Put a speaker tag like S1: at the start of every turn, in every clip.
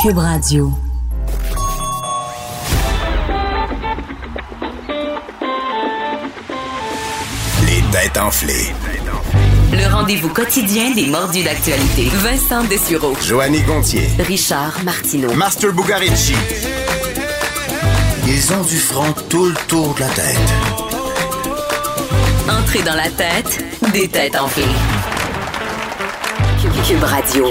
S1: Cube Radio.
S2: Les têtes enflées.
S1: Le rendez-vous quotidien des mordus d'actualité. Vincent Dessureau.
S2: Joanny Gontier.
S1: Richard Martineau.
S2: Master Bugarici. Ils ont du front tout le tour de la tête.
S1: Entrée dans la tête des têtes enflées. Cube- Cube Radio.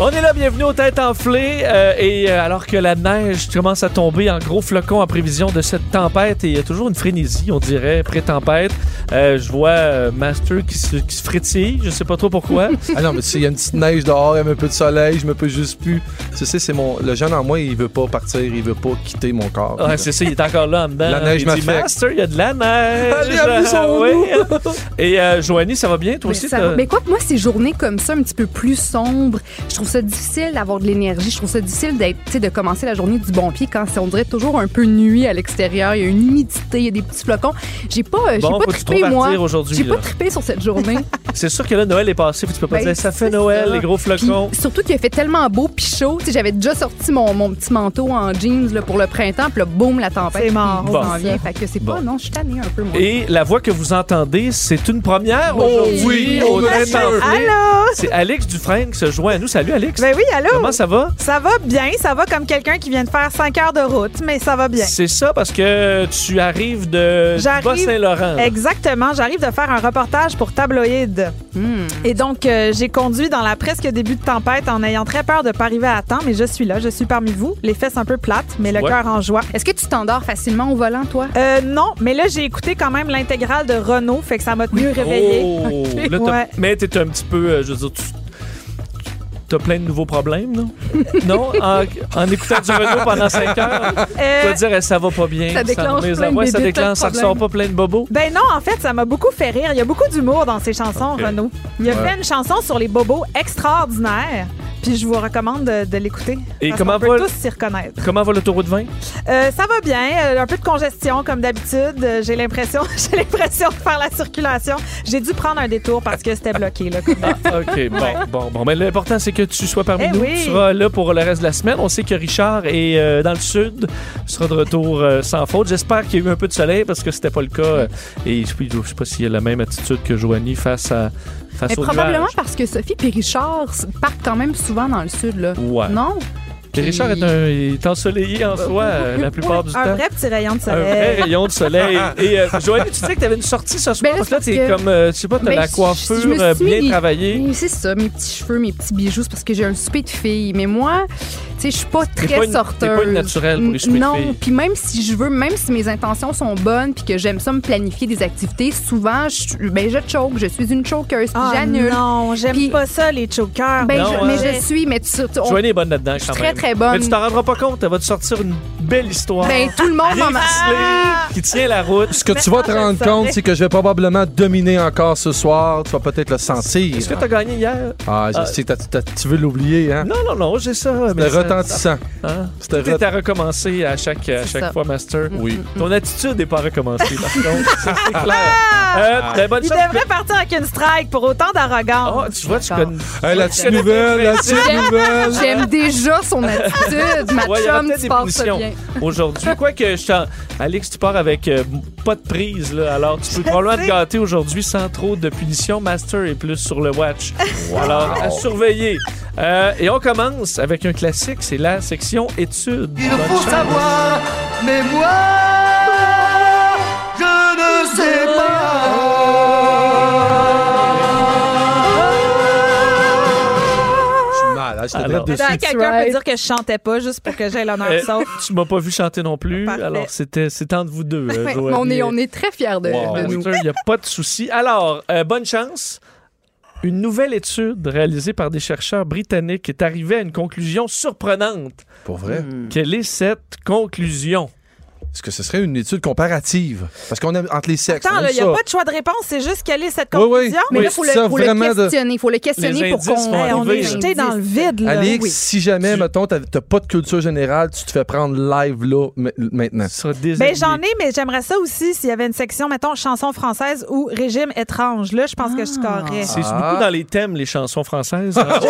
S3: On est là, bienvenue aux têtes enflées. euh, et euh, alors que la neige commence à tomber en gros flocons en prévision de cette tempête, et il y a toujours une frénésie, on dirait, pré-tempête. Euh, je vois euh, Master qui se, qui se frétille, je sais pas trop pourquoi.
S4: Ah non, mais s'il y a une petite neige dehors, il y a un peu de soleil, je me peux juste plus. Tu sais, c'est mon. Le jeune en moi, il veut pas partir, il veut pas quitter mon corps.
S3: Ouais, c'est ça, il est encore là en dedans.
S4: La neige
S3: il dit,
S4: m'affecte.
S3: Master, il y a de la neige.
S4: Allez, amusons-nous.
S3: Ah, oui. Et euh, Joanie, ça va bien, toi
S5: Mais,
S3: aussi?
S5: Ben, ça-
S3: t'as-
S5: mais quoi que moi, ces journées comme ça, un petit peu plus sombres, je trouve ça difficile d'avoir de l'énergie. Je trouve ça difficile d'être, tu sais, de commencer la journée du bon pied quand c'est, on dirait, toujours un peu nuit à l'extérieur. Il y a une humidité, il y a des petits flocons. J'ai pas, euh, j'ai
S3: Bon,
S5: pas
S3: faut que tu
S5: trippé,
S3: trouves à
S5: moi.
S3: dire aujourd'hui,
S5: J'ai
S3: là.
S5: pas trippé sur cette journée.
S3: C'est sûr que là, Noël est passé, puis tu peux pas
S5: Ben,
S3: dire ça fait
S5: c'est
S3: Noël,
S5: ça.
S3: les gros
S5: Puis
S3: flocons.
S5: surtout qu'il a fait tellement beau puis chaud. Tu sais, j'avais déjà sorti mon, mon petit manteau en jeans là, pour le printemps, puis là, boum, la tempête.
S6: C'est mort.
S5: Bon.
S3: Bon.
S5: vient. Fait que c'est pas, non, je suis tannée un peu, moi.
S3: Et la voix que vous entendez, c'est une première aujourd'hui
S4: oui,
S3: aux
S4: oh,
S3: têtes
S4: monsieur.
S3: enflées.
S6: Allô?
S3: C'est Alex Dufresne qui se joint à nous. Salut, Alex.
S6: Ben oui, allô?
S3: Comment ça va?
S6: Ça va bien, ça va comme quelqu'un qui vient de faire 5 heures de route, mais ça va bien.
S3: C'est ça, parce que tu arrives de du
S6: J'arrive-
S3: Bas-Saint-Laurent.
S6: Exactement, j'arrive de faire un reportage pour Tabloïd.
S5: Hmm.
S6: Et donc, euh, j'ai conduit dans la presque début de tempête en ayant très peur de pas arriver à temps, mais je suis là, je suis parmi vous, les fesses un peu plates, mais le
S3: Ouais.
S6: cœur en joie.
S5: Est-ce que tu t'endors facilement au volant, toi?
S6: Euh, non, mais là, j'ai écouté quand même l'intégrale de Renault, fait que ça m'a tenu réveillée.
S3: Oh,
S6: Ok.
S3: là, t'as-
S6: Ouais.
S3: Mais t'es un petit peu, euh, je veux dire, tu t'as plein de nouveaux problèmes, non? non? En, en écoutant du Renault pendant 5 heures, tu vas
S6: Euh,
S3: dire, eh, ça va pas bien.
S5: Ça déclenche
S3: remet les
S5: plein de
S3: envois, ça
S5: bébés,
S3: déclenche, ça
S5: plein de
S3: ressort pas plein de bobos.
S6: Ben non, en fait, ça m'a beaucoup fait rire. Il y a beaucoup d'humour dans ces chansons,
S3: Ok.
S6: Renaud. Il y a
S4: Ouais.
S6: fait une chanson sur les bobos extraordinaire. Puis je vous recommande de, de l'écouter.
S3: Et
S6: Parce
S3: comment
S6: qu'on
S3: va-
S6: peut tous s'y reconnaître.
S3: Comment va l'autoroute 20?
S6: Euh, ça va bien. Euh, un peu de congestion, comme d'habitude. Euh, j'ai l'impression, j'ai l'impression de faire la circulation. J'ai dû prendre un détour parce que c'était bloqué. Là, comme-
S3: Ah, OK, bon, bon, bon. Mais l'important, c'est que tu sois parmi
S6: Eh
S3: nous.
S6: oui.
S3: Tu seras là pour le reste de la semaine. On sait que Richard est euh, dans le sud. Il sera de retour euh, sans faute. J'espère qu'il y a eu un peu de soleil parce que c'était pas le cas. euh, Et je ne sais pas s'il y a la même attitude que Joanie face à face
S5: Mais
S3: au
S5: probablement
S3: nuage.
S5: parce que Sophie et Richard s- partent quand même souvent dans le sud, là.
S3: Ouais.
S5: Non?
S3: Puis Richard est, un, il est ensoleillé en soi euh, la plupart du
S6: un
S3: temps.
S6: vrai petit rayon de
S3: Un vrai
S6: soleil.
S3: rayon de soleil. Et euh, Joanie, tu disais que tu avais une sortie ce soir.
S5: Ben là,
S3: parce que là,
S5: c'est
S3: t'es
S5: parce que-
S3: comme, euh, je sais pas, t'as
S5: Ben,
S3: la
S5: je-
S3: coiffure
S5: je me suis
S3: euh,
S5: mis
S3: bien
S5: des-
S3: travaillée.
S5: Mais C'est ça, mes petits cheveux, mes petits bijoux, c'est parce que j'ai un souper de filles. Mais moi, tu sais, je suis pas
S3: T'es
S5: très
S3: pas, une- t'es
S5: sorteuse.
S3: pas une naturelle pour les cheveux de
S5: non,
S3: fille.
S5: puis même si je veux, même si mes intentions sont bonnes, puis que j'aime ça me planifier des activités, souvent, je, ben, je choke, je suis une chokeuse, puis
S6: Ah
S5: j'annule.
S6: non, j'aime
S5: Puis-
S6: pas ça, les chokers.
S5: Ben,
S3: Non,
S5: je-
S3: hein.
S5: Mais je suis, mais tu, tu- on-
S3: Joanie est bonne là-dedans,
S5: je suis
S3: quand
S5: très,
S3: même.
S5: très bonne.
S3: Mais tu t'en rendras pas compte, elle va te sortir une belle histoire.
S5: ben, tout le monde
S3: bien
S5: m'en
S3: ficelée, qui tient la route.
S4: Ce que tu vas te
S6: Maintenant, je
S4: rendre
S6: le
S4: compte,
S6: saurais.
S4: c'est que je vais probablement dominer encore ce soir. Tu vas peut-être le sentir.
S3: Est-ce que t'as gagné hier?
S4: Ah, je
S3: Ah.
S4: sais, t'as- t'as- tu veux l'oublier, hein?
S3: Non, non, non, j'ai ça. mais
S4: C'était
S3: ça-
S4: retentissant.
S3: ça- hein?
S4: C'était
S3: Tout est
S4: retentissant.
S3: à recommencer à chaque, à
S5: C'est
S3: chaque
S5: ça. Mm,
S3: fois, Master.
S4: Oui.
S3: Ton attitude n'est pas recommencée, par contre. Ça, c'est clair.
S5: Ah!
S3: Euh, ben, bonne
S6: Il
S3: chance.
S6: devrait partir avec une strike pour autant
S3: Ah,
S6: d'arrogance.
S3: tu vois, tu
S5: D'accord.
S3: connais.
S4: Hey, la petite nouvelle, la petite nouvelle.
S5: J'aime déjà son attitude. Ma
S3: Ouais, il y aura
S5: chum,
S3: peut-être
S5: tu
S3: des
S5: passes ça
S3: punitions.
S5: bien.
S3: Aujourd'hui, quoique, je t'en- Alex, tu pars avec euh, pas de prise, là. Alors, tu peux probablement te
S6: sais.
S3: gâter aujourd'hui sans trop de punition. Master est plus sur le watch. Alors, à surveiller. Euh, et on commence avec un classique, c'est la section études. Il faut savoir,
S4: Je suis mal, hein, je te
S3: Alors.
S4: traite de-
S6: Attends, Quelqu'un
S5: right.
S6: peut dire que je chantais pas juste pour que j'aie
S3: Euh,
S6: l'honneur de ça.
S3: tu m'as pas vu chanter non plus.
S6: Parfait.
S3: Alors, c'était c'était entre vous deux. euh,
S5: Ouais,
S3: Joanie
S5: mais on,
S3: et-
S5: est, on est très fiers de,
S3: Wow.
S5: de nous.
S3: Master, il n'y a pas de souci. Alors, euh, bonne chance. Une nouvelle étude réalisée par des chercheurs britanniques est arrivée à une conclusion surprenante.
S4: Pour vrai.
S3: Quelle est cette conclusion?
S4: Est-ce que ce serait une étude comparative? Parce qu'on aime entre les sexes. on
S6: Attends,
S4: aime
S6: là, il n'y a
S4: ça.
S6: pas de choix de réponse, c'est juste quelle est cette
S4: Oui, oui.
S6: conclusion.
S5: Mais
S3: Oui,
S5: là, il faut le,
S4: ça,
S5: faut le
S4: vraiment de-
S5: questionner. Il faut le questionner
S3: Les
S5: pour
S3: indices
S5: qu'on.
S3: vont
S6: Hey, on
S3: arriver.
S6: est jeté dans le vide, là.
S4: Alix,
S6: Oui.
S4: si jamais,
S3: Tu-
S4: mettons, t'as t'as pas de culture générale, tu te fais prendre live là m- maintenant.
S3: Ça déshabille.
S6: Ben, j'en ai, mais j'aimerais ça aussi s'il y avait une section, mettons, chanson française ou régime étrange. Là, je pense que je scorerais.
S3: C'est
S4: Ah.
S3: beaucoup dans les thèmes, les chansons françaises. hein. je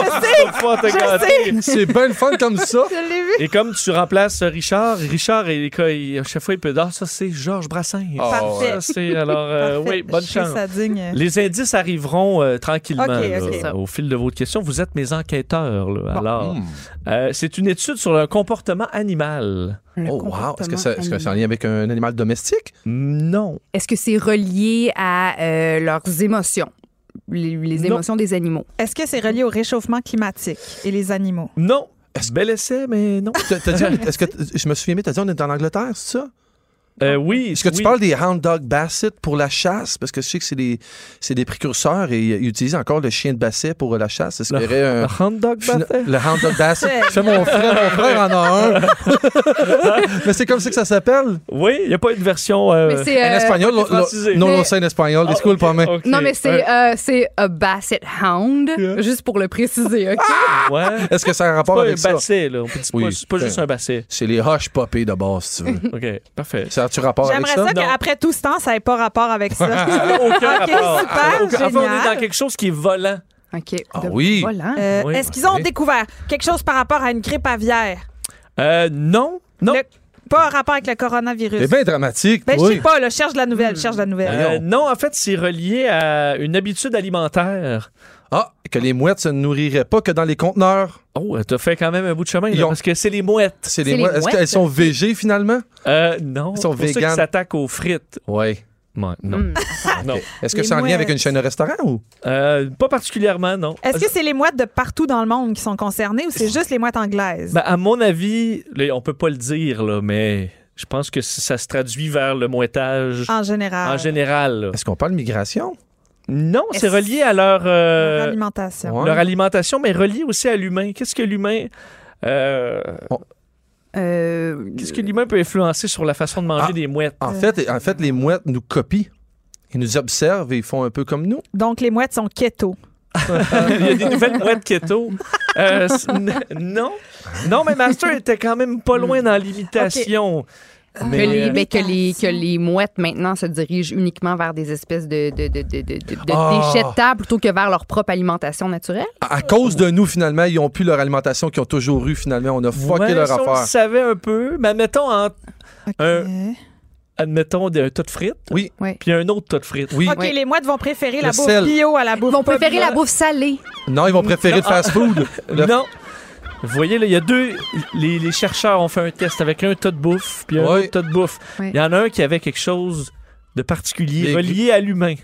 S4: C'est bien le fun comme ça.
S6: Je l'ai vu.
S3: Et comme tu remplaces Richard, Richard, il, il, à chaque fois, il peut dire Ah, ça, c'est Georges Brassens.
S4: Ah,
S6: Parfait.
S3: Ça, c'est. Alors, euh,
S6: Parfait.
S3: oui, bonne
S6: Je sais,
S3: chance.
S6: ça digne.
S3: Les indices arriveront euh, tranquillement
S6: Ok, ok,
S3: là,
S6: c'est ça.
S3: au fil de votre question. Vous êtes mes enquêteurs. là. Alors,
S4: Hmm.
S3: euh, c'est une étude sur le comportement animal.
S5: Le
S4: Oh, wow. Est-ce que
S5: comportement
S4: ça- est-ce que c'est en
S5: animal.
S4: lien avec un animal domestique?
S3: Non.
S5: Est-ce que c'est relié à euh, leurs émotions? Les, les
S3: Non.
S5: émotions des animaux.
S6: Est-ce que c'est relié au réchauffement climatique et les animaux?
S3: Non. Bel essai, mais non.
S4: T'as- t'as dit- Est-ce que t- je me souviens, mais t'as dit on est en Angleterre, c'est ça?
S3: Euh, oui.
S4: Ah. Est-ce que tu
S3: oui.
S4: parles des hound dog basset pour la chasse? Parce que je sais que c'est des, c'est des précurseurs et ils utilisent encore le chien de basset pour la chasse. Est-ce qu'il y aurait un.
S3: Le hot dog
S4: Fina-
S3: parfait?
S4: Le hound dog basset. Je fais mon frère, mon frère en a un. Mais c'est comme ça que ça s'appelle.
S3: Oui, il n'y a pas une version. euh,
S5: Mais c'est,
S4: en
S5: euh,
S4: espagnol, lo-
S3: francisé.
S4: lo- non,
S5: Mais-
S4: lo sé en espagnol.
S3: ah,
S4: Disculpe,
S3: ok,
S4: mais-
S3: ok.
S5: Non, mais c'est euh, c'est a Basset Hound,
S3: Yeah.
S5: juste pour le préciser, OK?
S3: Ouais.
S4: Est-ce que ça a un rapport
S3: Pas un
S4: avec ça?
S3: basset, là. On peut dire
S4: Oui,
S3: pas- c'est pas
S4: ben.
S3: juste un basset.
S4: C'est les hush poppés de base, si tu veux.
S3: OK, parfait.
S4: ça a-tu rapport avec
S6: J'aimerais
S4: ça?
S6: ça
S3: Non.
S6: qu'après tout ce temps, ça n'ait pas rapport avec ça.
S3: Aucun
S6: Ok,
S3: rapport.
S6: super,
S3: Aucun- Enfin, on est
S6: génial.
S3: dans quelque chose qui est volant.
S5: OK.
S4: Ah
S5: De-
S4: oui.
S5: Voilà.
S6: Euh,
S3: Oui.
S6: Est-ce qu'ils ont
S4: Ok.
S6: découvert quelque chose par rapport à une grippe aviaire?
S3: Euh, non. Non.
S6: Le- Pas en rapport avec le coronavirus.
S4: C'est Eh bien dramatique.
S6: Ben, je
S4: oui.
S6: sais pas, là, cherche de la nouvelle, cherche de la nouvelle.
S3: Euh, non, en fait, c'est relié à une habitude alimentaire.
S4: Ah, que les mouettes se nourriraient pas que dans les conteneurs.
S3: Oh, t'as fait quand même un bout de chemin, là,
S4: Ils ont-
S3: parce que c'est les mouettes.
S4: C'est les
S5: C'est les
S4: mouettes. Est-ce
S5: mouettes.
S4: qu'elles sont végées finalement?
S3: Euh, non,
S4: Ils sont
S3: c'est pour ça
S4: véganes.
S3: qu'ils s'attaquent aux frites.
S4: Oui.
S3: Ouais, non.
S5: Hmm.
S3: non.
S4: Est-ce que
S6: Les
S4: c'est en lien
S6: mouettes.
S4: avec une chaîne de restaurant ou?
S3: Euh, pas particulièrement, non.
S6: Est-ce que c'est les mouettes de partout dans le monde qui sont concernées ou c'est juste les mouettes anglaises?
S3: Ben, à mon avis, là, on peut pas le dire, là, mais je pense que c- ça se traduit vers le mouettage
S6: en général.
S3: en général. là.
S4: Est-ce qu'on parle migration?
S3: Non, c'est
S5: Est-ce-
S3: relié à leur, euh,
S6: Leur alimentation.
S4: Ouais.
S3: leur alimentation, mais relié aussi à l'humain. Qu'est-ce que l'humain... euh,
S5: Euh,
S3: Qu'est-ce que l'humain peut influencer sur la façon de manger
S4: Ah.
S3: des mouettes?
S4: En, fait, en fait, les mouettes nous copient. Ils nous observent et ils font un peu comme nous.
S6: Donc, les mouettes sont keto.
S3: Il y a des nouvelles mouettes keto. Euh, c- n- non. Non, mais Master était quand même pas loin dans l'imitation.
S5: que, les,
S3: euh,
S5: ben, que, les, que les mouettes maintenant se dirigent uniquement vers des espèces de, de, de, de, de- de- de
S4: Ah.
S5: déchets de table plutôt que vers leur propre alimentation naturelle.
S4: À, à cause de nous, finalement, ils ont plus leur alimentation qu'ils ont toujours eu, finalement. On a fucké
S3: Ouais,
S4: leur
S3: ça, on le
S4: affaire.
S3: savait un peu, mais admettons, en-
S6: OK.
S3: Euh, admettons un tas de frites,
S4: Oui.
S5: Oui.
S3: puis un autre tas de frites.
S4: Oui.
S6: OK,
S5: Oui.
S6: les mouettes vont préférer la
S4: Le
S6: bouffe
S4: sel.
S6: bio à la bouffe.
S5: Ils vont
S6: pas
S5: préférer
S6: bio.
S5: la bouffe salée.
S4: Non, ils vont préférer le fast-food. Le-
S3: Non. Vous voyez, là, il y a deux. Les, les chercheurs ont fait un test avec un tas de bouffe, puis un
S4: Oui.
S3: autre tas de bouffe.
S5: Oui.
S3: Il y en a un qui avait quelque chose de particulier
S4: Les-
S3: relié à l'humain.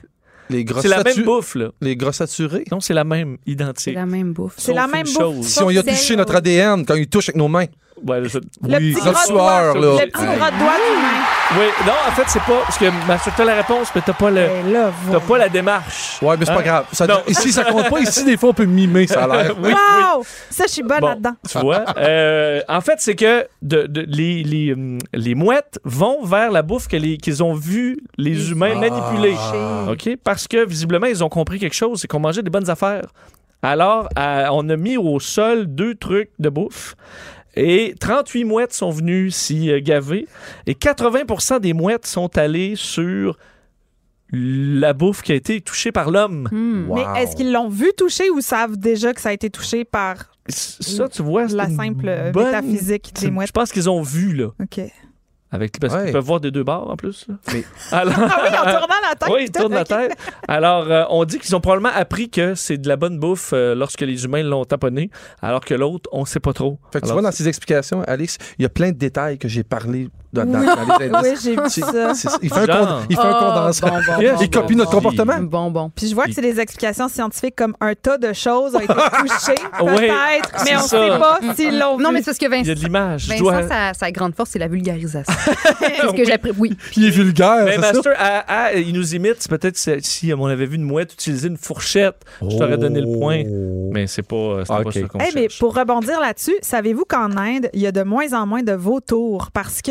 S4: Les grosses
S3: C'est la même
S4: statues-
S3: bouffe, là.
S4: Les grosses saturés.
S3: Non, c'est la même,
S5: C'est
S3: identique.
S5: la même bouffe.
S6: C'est la
S3: Sauf
S6: même
S3: une
S6: bouffe.
S3: chose.
S4: Si on y a
S5: Sauf
S4: touché
S5: celle-
S4: notre ADN quand ils touchent avec nos mains.
S3: Ouais, je-
S6: Le
S4: oui,
S6: petit
S4: notre
S6: gras de doigt.
S4: sueur, là.
S6: Le petit gras de doigt humain.
S3: Oui, non, en fait, c'est pas. Parce que Master, t'as la réponse, mais t'as pas, le,
S6: Ben là,
S3: t'as
S6: voilà.
S3: pas la démarche.
S4: Ouais, mais c'est
S3: Hein?
S4: pas grave. Ça-
S3: Non.
S4: ici, ça compte pas. Ici, des fois, on peut mimer, ça a l'air.
S3: Oui,
S6: Wow! Ça, je suis bonne
S3: Bon,
S6: là-dedans.
S3: Tu vois? Euh, en fait, c'est que de, de- les, les, hum, les mouettes vont vers la bouffe que les- qu'ils ont vu les humains
S6: Ah.
S3: manipuler. OK? Parce que visiblement, ils ont compris quelque chose, c'est qu'on mangeait des bonnes affaires. Alors, à- on a mis au sol deux trucs de bouffe. Et 38 mouettes sont venues s'y euh, gaver. Et 80 des mouettes sont allées sur la bouffe qui a été touchée par l'homme.
S5: Hmm.
S4: Wow.
S6: Mais est-ce qu'ils l'ont vu toucher ou savent déjà que ça a été touché par
S3: Ça, tu vois, c'est
S6: la
S3: une
S6: simple euh,
S3: bonne- Ah
S6: métaphysique des
S3: Je
S6: mouettes?
S3: pense qu'ils ont vu, là.
S6: OK.
S3: Avec, parce
S4: Ouais.
S3: qu'ils peuvent voir des deux bords en plus. là.
S4: Mais-
S3: Alors,
S6: Ah oui, en tournant la tête.
S3: oui, ils tournent la
S6: OK.
S3: tête. Alors, euh, on dit qu'ils ont probablement appris que c'est de la bonne bouffe euh, lorsque les humains l'ont taponné, alors que l'autre, on sait pas trop.
S4: Fait que tu
S3: Alors,
S4: vois, dans ces explications, Alex, il y a plein de détails que j'ai parlé dans, dans- dans les indices.
S6: Oui, j'ai vu
S4: C'est-
S6: ça. Oh,
S4: c'est- il fait un,
S3: Genre.
S4: con- il fait un
S5: Ah,
S4: condensé.
S5: bon, bon,
S4: il
S5: bon,
S4: copie
S5: bon,
S4: notre
S5: bon.
S4: comportement.
S5: Bon, bon.
S6: Puis je vois que c'est des explications scientifiques comme un tas de choses ont été touchées, peut-être,
S3: c'est
S6: mais on ne
S3: ça.
S6: sait pas si l'on.
S5: Non, mais c'est parce que
S3: Il y a
S5: Vincent,
S3: de l'image. Je
S5: Vincent,
S3: dois-
S5: sa, sa grande force, c'est la vulgarisation. c'est ce que j'apprécie. Oui.
S4: Puis il est vulgaire.
S3: Mais
S4: c'est ça?
S3: Master, ah, ah, il nous imite. C'est Peut-être si- si on avait vu une mouette utiliser une fourchette, je t'aurais donné le point. Mais c'est pas, euh, c'est
S4: Ah,
S3: pas
S4: ok.
S3: ça qu'on
S6: Eh, mais
S3: cherche.
S6: pour rebondir là-dessus, savez-vous qu'en Inde, il y a de moins en moins de vautours parce que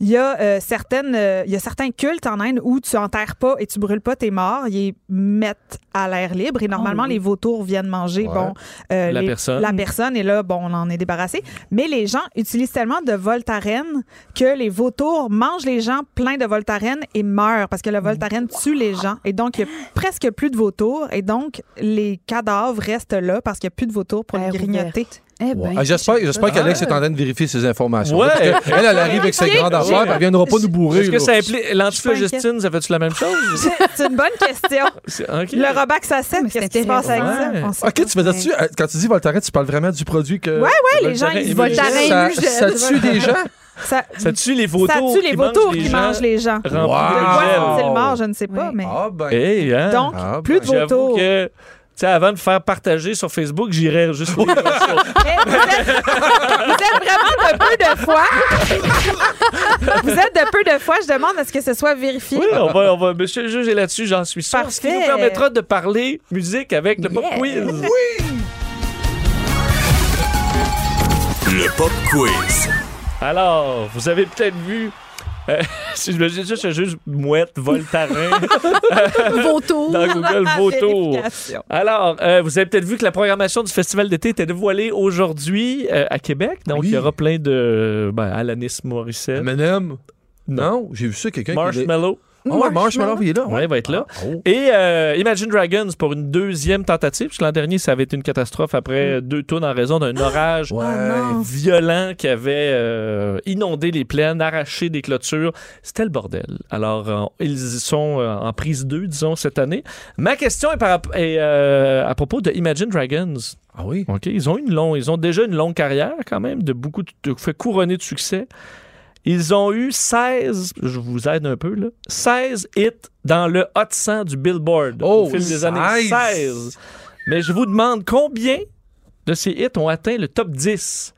S6: il y a euh, certaines, euh, il y a certains cultes en Inde où tu enterres pas et tu brûles pas tes morts, ils les mettent à l'air libre et normalement
S5: Oh.
S6: les vautours viennent manger
S4: Ouais.
S6: bon euh,
S3: La
S6: les-
S3: personne.
S6: la personne et là bon on en est débarrassé, mais les gens utilisent tellement de voltaren que les vautours mangent les gens pleins de voltaren et meurent parce que le voltaren tue les gens et donc il y a presque plus de vautours et donc les cadavres restent là parce qu'il n'y a plus de vautours pour les
S5: Air
S6: grignoter.
S5: Eh ben,
S4: Ouais. Ah, J'espère j'espère qu'Alex est en train de vérifier ses informations.
S3: Ouais.
S4: Parce que Elle, elle arrive avec ses grandes affaires, puis elle viendra pas nous bourrer.
S3: Est-ce que
S4: là.
S3: ça implique l'antiflagestine, ça fait-tu la même chose?
S6: C'est une bonne question.
S3: C'est- ok.
S6: Le Robac Sacet,
S5: Ah, Mais c'est
S6: qu'est-ce qui se passe avec
S3: intéressant. Ouais.
S6: ça? On sait
S4: Ok,
S6: pas.
S4: tu faisais dessus quand tu dis Voltaren, tu parles vraiment du produit que.
S6: Ouais, ouais, les gens,
S3: Voltaren
S6: ils se
S3: imagine.
S6: voltaren.
S4: ça,
S6: ils
S4: ça
S6: se-
S4: tue des gens.
S6: Ça,
S3: Ça tue les vautours.
S6: ça tue les
S3: qui mangent
S6: vautours
S3: les
S6: qui
S3: gens, Ah.
S6: mangent les gens.
S3: remplis
S6: De
S4: Wow.
S3: de
S6: quoi
S3: gel.
S6: sont-ils morts? Je ne sais pas,
S5: Oui.
S6: mais.
S4: Ah, ben.
S3: Hey, hein?
S6: Donc,
S4: Ah,
S6: plus de
S4: ben.
S3: J'avoue
S6: vautours.
S3: que, tu sais, avant de faire partager sur Facebook, j'irais juste. lire sur-
S6: Hey, vous, êtes, vous êtes vraiment de peu de foi. vous êtes de peu de foi. Je demande à ce que ce soit vérifié.
S3: Oui, on va, on va, monsieur le juge est là-dessus, j'en suis sûr. Ce qui nous
S6: Parfait.
S3: permettra de parler musique avec le pop quiz.
S2: Le Pop Quiz.
S3: Alors, vous avez peut-être vu. euh, si je me dis juste, je juge mouette, voltarin
S5: Vautour.
S3: dans Google Vautour.
S6: Ah, Vérification.
S3: Alors, euh, vous avez peut-être vu que la programmation du festival d'été était dévoilée aujourd'hui euh, à Québec. Donc,
S4: Oui.
S3: il y aura plein de. Ben, Alanis Morissette,
S4: Eminem. M&M. Non, j'ai vu ça, quelqu'un qui.
S3: Marshmallow.
S4: Oh, ouais, Marshmallow, il est là.
S3: Ouais, il va être là.
S4: Oh.
S3: Et euh, Imagine Dragons pour une deuxième tentative. Parce que l'an dernier, ça avait été une catastrophe après deux tours en raison d'un orage
S4: Ouais.
S6: Oh,
S3: violent qui avait euh, inondé les plaines, arraché des clôtures. C'était le bordel. Alors, euh, ils sont euh, en prise 2, disons, cette année. Ma question est, par, rapp- est, euh, à propos de Imagine Dragons.
S4: Ah oui.
S3: OK, ils ont une longue, ils ont déjà une longue carrière quand même, de beaucoup de, de- fait couronner de succès. Ils ont eu 16, je vous aide un peu là, 16 hits dans le hot 100 du Billboard au
S4: Oh,
S3: fil des
S4: 16.
S3: années 16. Mais je vous demande combien de ces hits ont atteint le top 10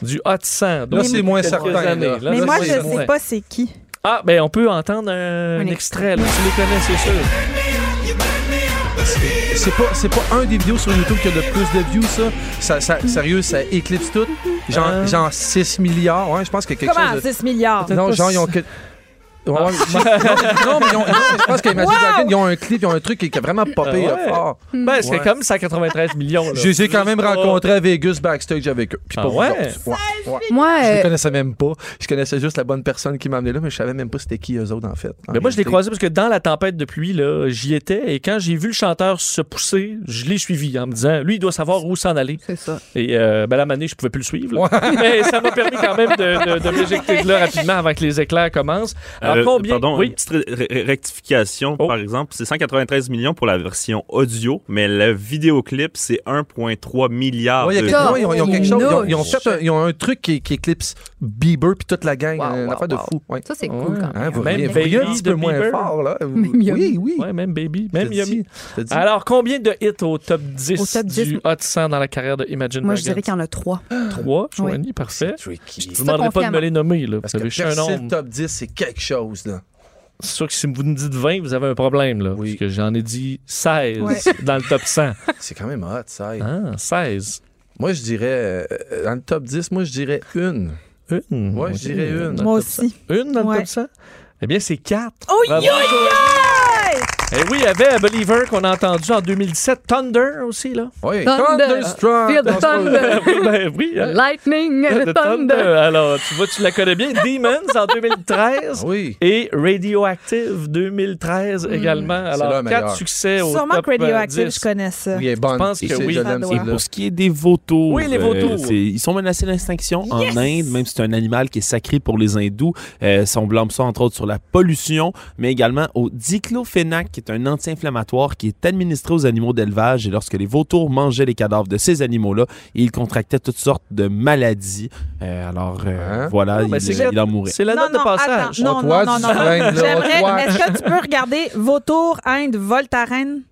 S3: du hot 100.
S4: Oh. Là,
S3: Donc,
S4: c'est moins
S3: quelques
S4: certain.
S3: années,
S4: là.
S3: là.
S6: Mais
S4: Là,
S6: moi,
S4: c'est
S6: je ne
S4: moins.
S6: sais pas c'est qui.
S3: Ah, ben on peut entendre un,
S5: Un
S3: extrait, là. tu les connais, c'est sûr.
S4: C'est pas, c'est pas un des vidéos sur YouTube qui a le plus de views, ça. ça,
S3: Mhm.
S4: ça- sérieux, ça éclipse tout. Genre,
S3: Euh.
S4: genre 6 milliards. Ouais, je pense que quelque
S6: Comment
S4: chose.
S6: 6 milliards?
S4: De... Non, genre, ils ont. que-
S3: Ah.
S4: Ouais, ouais, non, non, mais ils ont, non, mais je pense qu'Imagine Dragon, ils ont un clip, ils ont un truc qui qui a vraiment popé
S3: Ah ouais.
S4: euh, fort.
S3: Ben, c'est
S4: Ouais.
S3: comme 193 millions. là. Oh,
S4: Je les ai quand même
S3: Juste pas-
S4: rencontrés à Vegas backstage avec eux. Puis
S3: Ah
S4: pas vous
S3: ouais?
S4: autres. Ouais, ouais.
S5: Moi,
S4: Je les
S5: euh,
S4: connaissais même pas. Je connaissais juste la bonne personne qui m'a amené là, mais je savais même pas c'était qui eux autres en fait. En
S3: Mais moi, je l'ai
S4: réalité.
S3: croisé parce que dans la tempête de pluie, là, j'y étais et quand j'ai vu le chanteur se pousser, je l'ai suivi en me disant, lui, il doit savoir où s'en aller.
S5: c'est ça.
S3: Et euh, ben, la manée, je pouvais plus le suivre. là. Mais ça m'a permis quand même de, de, de m'éjecter de là rapidement avant que les éclairs commencent. Alors,
S7: Euh,
S3: combien?
S7: Pardon, une
S3: oui.
S7: petite ré- ré- rectification,
S3: Oh.
S7: par exemple. C'est 193 millions pour la version audio, mais le vidéoclip, c'est 1,3 milliard
S4: Ouais, Oh, il y a
S7: de
S4: quelque-
S5: Ah,
S4: ouais, ils ont, ils ont
S5: oui.
S4: quelque chose. Ils ont, ils ont
S5: Nouche.
S4: fait un, ils ont un truc qui, qui éclipse Bieber puis toute la gang.
S5: Wow,
S4: euh, une
S5: wow,
S4: affaire de
S5: wow.
S4: fou. Ouais.
S5: Ça, c'est
S3: Ouais.
S5: cool quand
S4: Hein,
S5: même.
S4: vous
S3: Même
S4: riez- vous riez un
S3: Baby
S4: petit
S3: de
S4: peu moins
S3: Bieber.
S4: fort, là.
S5: Yummy.
S4: Oui, oui.
S3: Ouais, même Baby,
S4: Je te
S3: même
S4: dis,
S3: Yummy.
S4: je te dis.
S3: Alors, combien de hits au top 10,
S5: Au top 10?
S3: du Hot 100 dans la carrière de Imagine
S5: Moi, je
S3: Dragons?
S5: dirais qu'il y en a trois.
S3: 3,
S5: Oui.
S3: Joanie, parfait.
S4: Tricky.
S3: Je vous demanderai pas de me
S5: confiamment.
S3: les nommer. Là.
S4: Parce
S3: vous
S4: que
S3: avez juste un
S4: percer le
S3: nombre.
S4: top 10, c'est quelque chose, là.
S3: C'est sûr que si vous nous dites 20, vous avez un problème. Là,
S4: Oui.
S3: Parce que j'en ai dit 16
S6: Ouais.
S3: dans le top 100.
S4: C'est quand même hot, ça.
S3: Ah, 16.
S4: Moi, je dirais, euh, euh, dans le top 10, moi, je dirais une.
S3: Une.
S4: Ouais, je
S3: Ok.
S4: dirais une.
S3: Dans le
S6: Moi
S3: top 100.
S6: aussi.
S3: Une dans le
S6: Ouais.
S3: top 100? Eh bien, c'est 4.
S6: Oh,
S3: Bravo. Et oui, il y avait Believer qu'on a entendu en 2017. Thunder aussi, là.
S4: Oui,
S5: Thunder.
S4: Thunderstruck.
S5: Feel the thunder.
S3: oui, ben oui. hein.
S5: Lightning and
S3: The
S5: the
S3: Thunder.
S5: thunder.
S3: Alors, tu vois, tu la connais bien. Demons en 2013.
S4: Ah Oui.
S3: Et Radioactive 2013 également.
S4: C'est leur
S3: Alors,
S4: meilleur.
S3: quatre succès au
S6: Mm. Sûrement
S3: top euh,
S6: que Radioactive,
S3: 10.
S6: je connais ça.
S4: Oui, elle est bonne.
S3: Je pense que
S4: C'est-
S3: oui.
S4: je l'aime,
S6: Ça
S4: celle-là.
S6: doit.
S8: Pour ce qui est des vautours, euh,
S3: Oui, les vautours.
S8: c'est- ils sont menacés d'extinction en Inde, même si c'est un animal qui est sacré pour les hindous. Euh, ça, on blâme ça, entre autres, sur la pollution, mais également au diclofénac, qui est un anti-inflammatoire qui est administré aux animaux d'élevage et lorsque les vautours mangeaient les cadavres de ces animaux-là, ils contractaient toutes sortes de maladies. Euh, alors euh,
S4: Hein?
S8: voilà,
S3: Non, Ah, mais
S8: il,
S3: c'est-
S8: il en mourait.
S3: C'est la
S6: Non,
S3: note
S6: non,
S3: de passage.
S6: attends, non,
S4: On doit
S6: non, non,
S4: du
S6: non.
S4: vin, là, on doit.
S6: J'aimerais, est-ce que tu peux regarder vautour, Inde, Voltaren?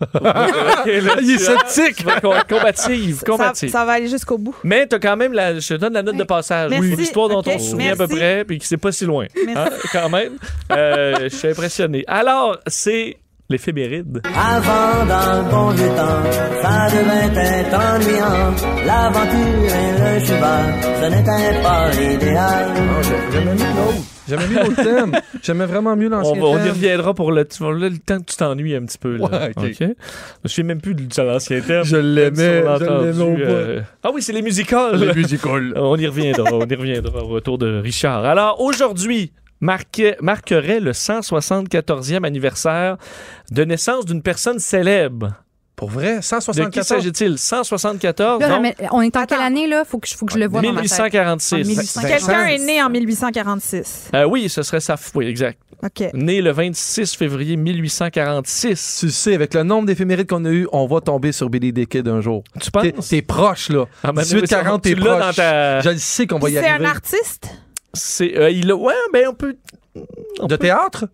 S3: Il est sceptique. Combative,
S6: Ça,
S3: combative.
S6: ça va aller jusqu'au bout.
S3: Mais t'as quand même la. Je te donne la note de passage.
S6: Merci.
S3: Oui. L'histoire dont
S6: Ok,
S3: on se souvient à peu
S6: merci.
S3: près, puis qui c'est pas si loin.
S6: Merci.
S3: Hein, quand même. Euh, je suis impressionné. Alors, c'est l'éphéméride.
S6: Ah,
S9: Avant dans le bon vieux temps, ça devait être ennuyant. L'aventure et le cheval, ce n'était pas l'idéal.
S4: Non, Ah, j'ai- J'aimais mieux l'autre. J'aimais mieux l'autre thème. J'aimais vraiment mieux
S3: On,
S4: l'ancien
S3: va- on y
S4: thème.
S3: reviendra pour le, tu- là, le temps que tu t'ennuies un petit peu. Là.
S4: Ouais, ok.
S3: OK. Je sais même plus de l'ancien terme.
S4: Je l'aimais,
S3: Même si on l'a
S4: je l'aimais au
S3: entendu,
S4: bout.
S3: euh, Ah oui, c'est les musicales.
S4: Les musicals.
S3: On y reviendra, on y reviendra au retour de Richard. Alors, aujourd'hui marquait- marquerait le 174e anniversaire de naissance d'une personne célèbre.
S4: Pour vrai,
S3: De qui
S4: 174.
S3: s'agit-il? 174,
S5: Là,
S3: donc
S5: mais on est en quelle année, là? Faut que, je- faut que je le vois dans ma tête.
S3: 1846.
S4: Vincent.
S6: Quelqu'un est né en 1846.
S3: Euh, oui, ce serait sa... f- Oui, exact.
S6: OK.
S3: Né le 26 février 1846.
S4: Tu le sais, avec le nombre d'éphémérides qu'on a eu, on va tomber sur Billy Dickhead un jour.
S3: Tu
S4: T'es-
S3: penses?
S4: T'es proche, là.
S3: Ah, mais
S4: 18-40,
S3: tu
S4: t'es
S3: l'as
S4: proche.
S3: dans ta-
S4: Je le sais qu'on va y
S6: C'est un
S4: arriver.
S6: artiste?
S3: C'est, euh, il a... Ouais, ben on peut... on
S4: De
S3: peut-
S4: théâtre?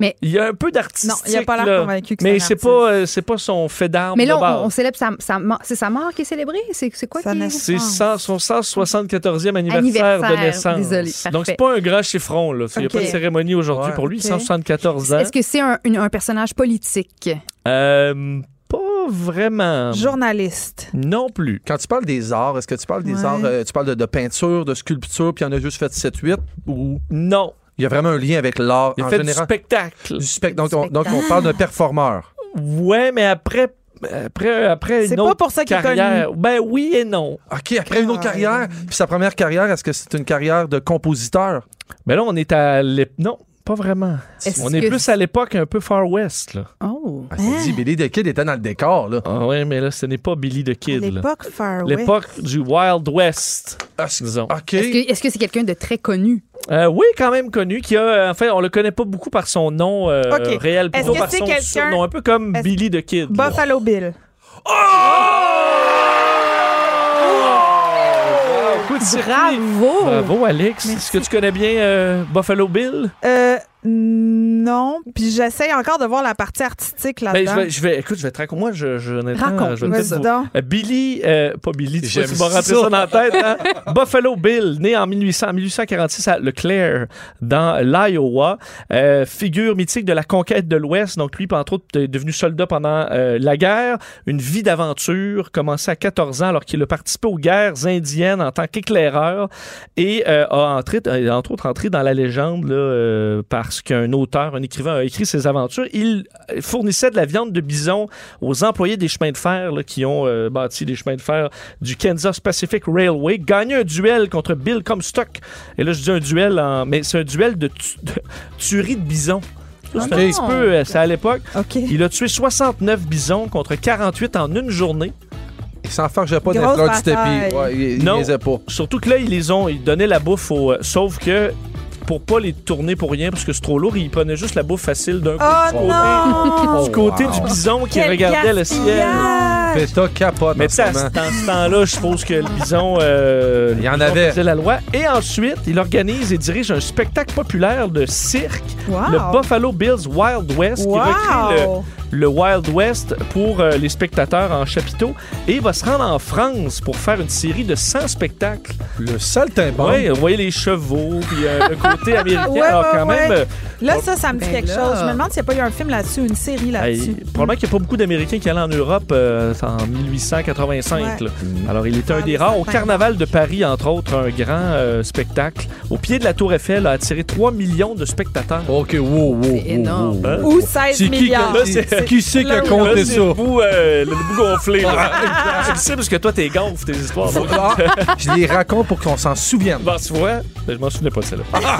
S3: Il y a un peu
S6: Non,
S3: d'artistique,
S6: il n'a pas l'air
S3: là.
S6: convaincu que
S3: Mais
S6: c'est
S3: c'est
S6: un artiste.
S3: pas, euh, c'est pas son fait d'armes
S5: Mais
S3: de
S5: là, on-
S3: base.
S5: on, célèbre sa, sa mort. C'est sa mort qui est célébrée? C'est c'est quoi
S6: Sa
S5: qui est-
S6: naissance.
S3: C'est 100 son 174e anniversaire, de
S5: Anniversaire,
S3: naissance.
S5: désolé,
S3: Donc, c'est
S5: parfait.
S3: pas un grand chiffron. Là. Il n'y a
S6: Ok.
S3: pas de cérémonie aujourd'hui
S4: Ouais.
S3: pour lui. hein?
S6: Ok.
S3: 174 ans.
S5: Est-ce que c'est un, une- un personnage politique?
S3: Euh, pas vraiment.
S6: Journaliste.
S3: Non plus.
S4: Quand tu parles des arts, est-ce que tu parles des
S6: Ouais.
S4: arts, euh, tu parles de, de peinture, de sculpture, puis il y en a juste fait 7-8, ou
S3: Non.
S4: il y a vraiment un lien avec l'art
S3: Il a
S4: en
S3: fait
S4: général?
S3: du spectacle.
S4: Du spec- donc, on, donc, on parle d'un performeur.
S3: Ouais, mais après. Après, après
S6: C'est
S3: une
S6: pas
S3: autre
S6: pour ça qu'il est
S3: carrière. Ben oui et non.
S4: OK, après une autre
S6: Ah,
S4: carrière, puis sa première carrière, est-ce que c'est une carrière de compositeur?
S3: Mais Ben là, on est à l'époque. Non, pas vraiment.
S5: Est-ce
S3: on est
S5: que-
S3: plus à l'époque un peu Far West. Là.
S5: Oh!
S4: Ah, ça dit, Billy the Kid était dans le décor, là.
S3: Ah ouais, mais là, ce n'est pas Billy the
S6: À
S3: Kid. là.
S6: L'époque Far West.
S3: L'époque du Wild West,
S4: Ah, c'est-
S3: disons.
S4: OK.
S5: Est-ce que est-ce que c'est quelqu'un de très connu?
S3: Euh, oui, quand même connu. Qui a, en fait, on le connaît pas beaucoup par son nom euh,
S6: Ok.
S3: réel,
S6: Est-ce
S3: plutôt
S6: que
S3: par
S6: c'est
S3: son
S6: quelqu'un-
S3: surnom, un peu comme
S6: Est-ce-
S3: Billy the Kid. là.
S6: Buffalo Bill.
S3: Wow, coup de circuit.
S6: Oh! Bravo!
S3: Bravo, Alex.
S6: Merci.
S3: Est-ce que tu connais bien euh, Buffalo Bill?
S6: Euh, non. Puis j'essaye encore de voir la partie artistique
S3: Ben,
S6: là-dedans.
S3: je, vais, je vais- écoute, je vais te raconter. Moi, je, je, honnêtement,
S5: Raconte-nous
S3: je vais peut-être
S6: Vas-y
S3: vous-
S6: donc.
S3: Euh, Billy, euh, pas Billy, tu sais pas
S4: J'aime
S3: si tu m'as rentré
S4: ça.
S3: ça dans la tête. hein? Buffalo Bill, né en 1800, 1846 à Leclerc, dans l'Iowa, euh, figure mythique de la conquête de l'Ouest. Donc, lui, entre autres, est devenu soldat pendant euh, la guerre. Une vie d'aventure commencée à 14 ans alors qu'il a participé aux guerres indiennes en tant qu'éclaireur et euh, a entré, euh, entre autres entré dans la légende là, euh, parce qu'un auteur, un écrivain a écrit ses aventures. Il euh, fournissait de la viande de bison aux employés des chemins de fer là, qui ont euh, bâti les chemins de fer du Kansas Pacific Railway, gagné un duel contre Bill Comstock. Et là, je dis un duel, en- mais c'est un duel de, tu- de tuerie de bison. C'est un
S4: Ok.
S3: petit peu, euh, c'est à l'époque.
S6: OK.
S3: Il a tué 69 bisons contre 48 en une journée.
S4: Il s'en fargeait pas
S6: Grosse
S4: d'un fleur du
S6: bataille.
S4: tapis. Ouais, il, il
S3: Non.
S4: niaisait pas.
S3: Surtout que là, ils les ont, ils donnaient la bouffe aux. euh, sauf que pour pas les tourner pour rien parce que c'est trop lourd, ils prenaient juste la bouffe facile d'un coup
S6: Oh non!
S3: du côté du bison qui regardait le ciel.
S4: Beta capote
S3: Ah, Mais
S4: en
S3: tu
S4: ce
S3: sais, à ce
S4: moment.
S3: dans ce temps-là, je suppose que le bison, euh,
S4: Il y en
S3: le bison
S4: avait.
S3: faisait la loi. Et ensuite, il organise et dirige un spectacle populaire de cirque, le Buffalo Bills Wild West, qui recrée le, le Wild West pour euh, les spectateurs en chapiteau. Et il va se rendre en France pour faire une série de 100 spectacles.
S4: Le saltimbanque.
S3: Oui, vous voyez les chevaux, puis euh, le côté américain.
S6: Ouais,
S3: Alors,
S6: ouais,
S3: quand
S6: ouais.
S3: même, euh,
S6: Là, ça, ça me dit
S5: Ben
S6: quelque
S5: là.
S6: chose. Je me demande s'il n'y a pas eu un film là-dessus, une série
S3: Hey,
S6: là-dessus.
S3: probablement qu'il n'y a pas beaucoup d'Américains qui allaient en Europe euh, en 1885.
S6: Ouais.
S3: là.
S4: Mm-hmm.
S3: Alors, il était un
S6: Ah,
S3: des
S6: les
S3: rares. Au
S6: sapins.
S3: Carnaval de Paris, entre autres, un grand euh, spectacle. Au pied de la Tour Eiffel, a attiré 3 millions de spectateurs.
S4: OK, wow, wow, wow, wow,
S5: énorme.
S4: wow.
S3: Hein?
S6: Ou 16
S4: C'est qui,
S6: milliards.
S3: là, c'est-
S4: qui c'est qui a
S6: Là,
S4: compté
S3: c'est le
S4: ça?
S3: bout, euh, le bout gonflé. là. Je Ah, le sais parce que toi, t'es gonfle, tes histoires. moi.
S4: Ah, je les raconte pour qu'on s'en souvienne.
S3: Bon, tu vois, ben, je m'en souvenais pas de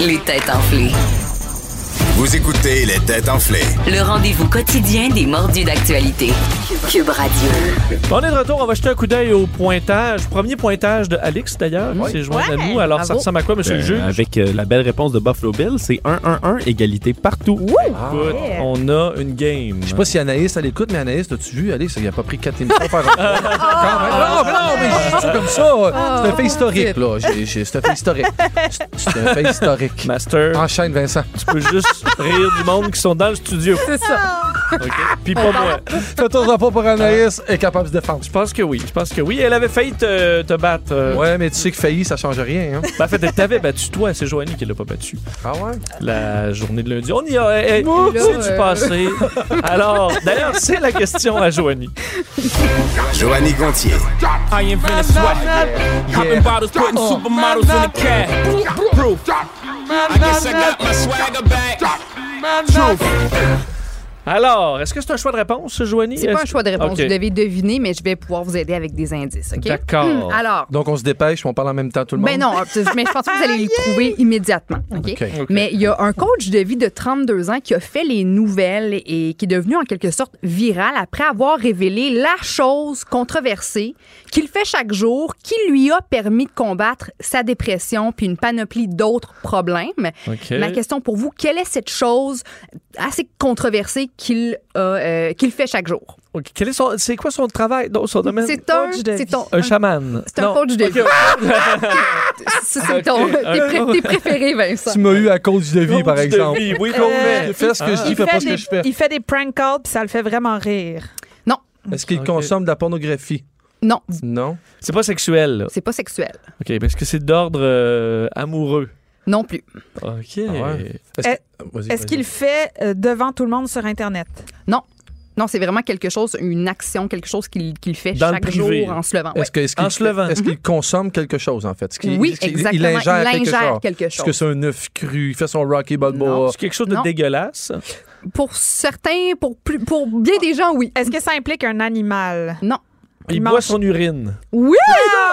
S1: Les têtes enflées.
S2: Vous écoutez les têtes enflées.
S1: Le rendez-vous quotidien des mordus d'actualité. Cube Radio.
S3: On est de retour, on va jeter un coup d'œil au pointage. Premier pointage de Alix d'ailleurs, qui s'est joint à
S6: Ouais,
S3: nous. Alors ça
S6: bravo.
S3: ressemble à quoi, monsieur
S4: Ben,
S3: le
S8: Euh,
S3: juge?
S8: avec euh, la belle réponse de Buffalo Bill, c'est 1-1-1, égalité partout.
S3: Écoute, on a une game.
S4: Je sais pas si Anaïs, elle écoute, mais Anaïs, t'as-tu vu, Alex, il a pas pris quatre émissions par an. Quand même. Non, mais non, mais je dis ça comme ça. C'est un fait historique, là. J'ai- j'ai- C'est un fait historique. C'est- C'est un fait historique.
S3: Master,
S4: Enchaîne, Vincent.
S3: tu peux juste rire du monde qui sont dans le studio.
S5: C'est ça.
S3: OK? Puis pas moi.
S4: Fais-toi pas pour Anaïs, est capable de se défendre.
S3: Je pense que oui. Je pense que oui. Elle avait failli te, te battre. euh,
S4: Ouais, mais tu sais que failli, ça change rien. Hein?
S3: Ben, en fait, elle t'avait battu, toi. C'est Joanie qui l'a pas battu.
S4: Ah ouais?
S3: La journée de lundi. On y a. eh, eh,
S5: Ouh,
S3: c'est
S5: là,
S3: du
S5: euh.
S3: passé. Alors, d'ailleurs, c'est la question à Joanie.
S2: Joanny Gontier.
S10: I invented sweat. Popping bottles, putting
S5: Oh.
S10: supermodels in the cab. Proof. I guess I got my swagger back. Truth.
S3: Alors, est-ce que c'est un choix de réponse, Joanie?
S5: C'est pas un choix de réponse.
S3: Ok.
S5: Vous devez deviner, mais je vais pouvoir vous aider avec des indices. OK?
S3: D'accord.
S5: Hum, alors.
S4: Donc on se dépêche, on parle en même temps tout le monde.
S5: Ben non, mais je pense que vous allez le trouver immédiatement. OK?
S4: OK.
S5: Mais il y a un coach de vie de 32 ans qui a fait les nouvelles et qui est devenu en quelque sorte viral après avoir révélé la chose controversée qu'il fait chaque jour qui lui a permis de combattre sa dépression puis une panoplie d'autres problèmes.
S3: OK.
S5: Ma question pour vous, quelle est cette chose assez controversée qu'il a, euh, qu'il fait chaque jour?
S3: Ok, quel est son- c'est quoi son travail dans son domaine?
S5: C'est un,
S6: coach de
S5: c'est
S6: vie.
S5: ton-
S3: Ah, Un chaman.
S5: c'est un
S3: Non.
S5: coach de
S3: Ok,
S5: vie. Ah, ça, c'est ton,
S3: Ok.
S5: tes, pré- tes préférés, Vincent.
S4: Tu m'as eu à cause de vie, par
S3: Coach de
S4: exemple.
S3: vie, oui, qu'on
S6: Euh,
S3: fait.
S4: Fais ce que je dis,
S6: Il
S4: fais
S6: fait,
S4: pas ce que
S6: des,
S4: je fais.
S6: il fait des prank calls puis ça le fait vraiment rire.
S4: Est-ce qu'il
S3: Ok.
S4: consomme de la pornographie?
S5: Non,
S4: Non.
S3: Ah. C'est pas sexuel, là.
S5: c'est pas sexuel.
S3: OK, mais est-ce que c'est d'ordre euh, amoureux?
S5: Non plus.
S3: OK.
S4: Ah ouais. Est-ce
S6: Est-
S4: que- vas-y,
S6: Est-ce
S4: vas-y.
S6: qu'il le fait euh, devant tout le monde sur Internet?
S5: Non, c'est vraiment quelque chose, une action, quelque chose qu'il qu'il fait
S3: Dans le
S5: chaque
S3: privé.
S5: jour en se levant. Ouais.
S4: Est-ce que- est-ce qu'il
S3: En se levant.
S4: est-ce qu'il consomme quelque chose, en fait? Est-ce qu'il-
S5: Oui,
S4: est-ce qu'il-
S5: exactement.
S4: Il ingère quelque chose.
S5: quelque
S4: Est-ce que
S5: chose.
S4: c'est un œuf cru? Il fait son Rocky
S5: Non.
S4: Balboa.
S3: C'est quelque chose de
S5: Non.
S3: dégueulasse.
S5: Pour certains, pour, plus, pour bien
S4: Ah.
S5: des gens, oui.
S6: Est-ce que ça implique un animal?
S3: Il,
S6: Il
S3: boit
S6: mange-
S3: son urine.
S5: Oui!
S3: Ah!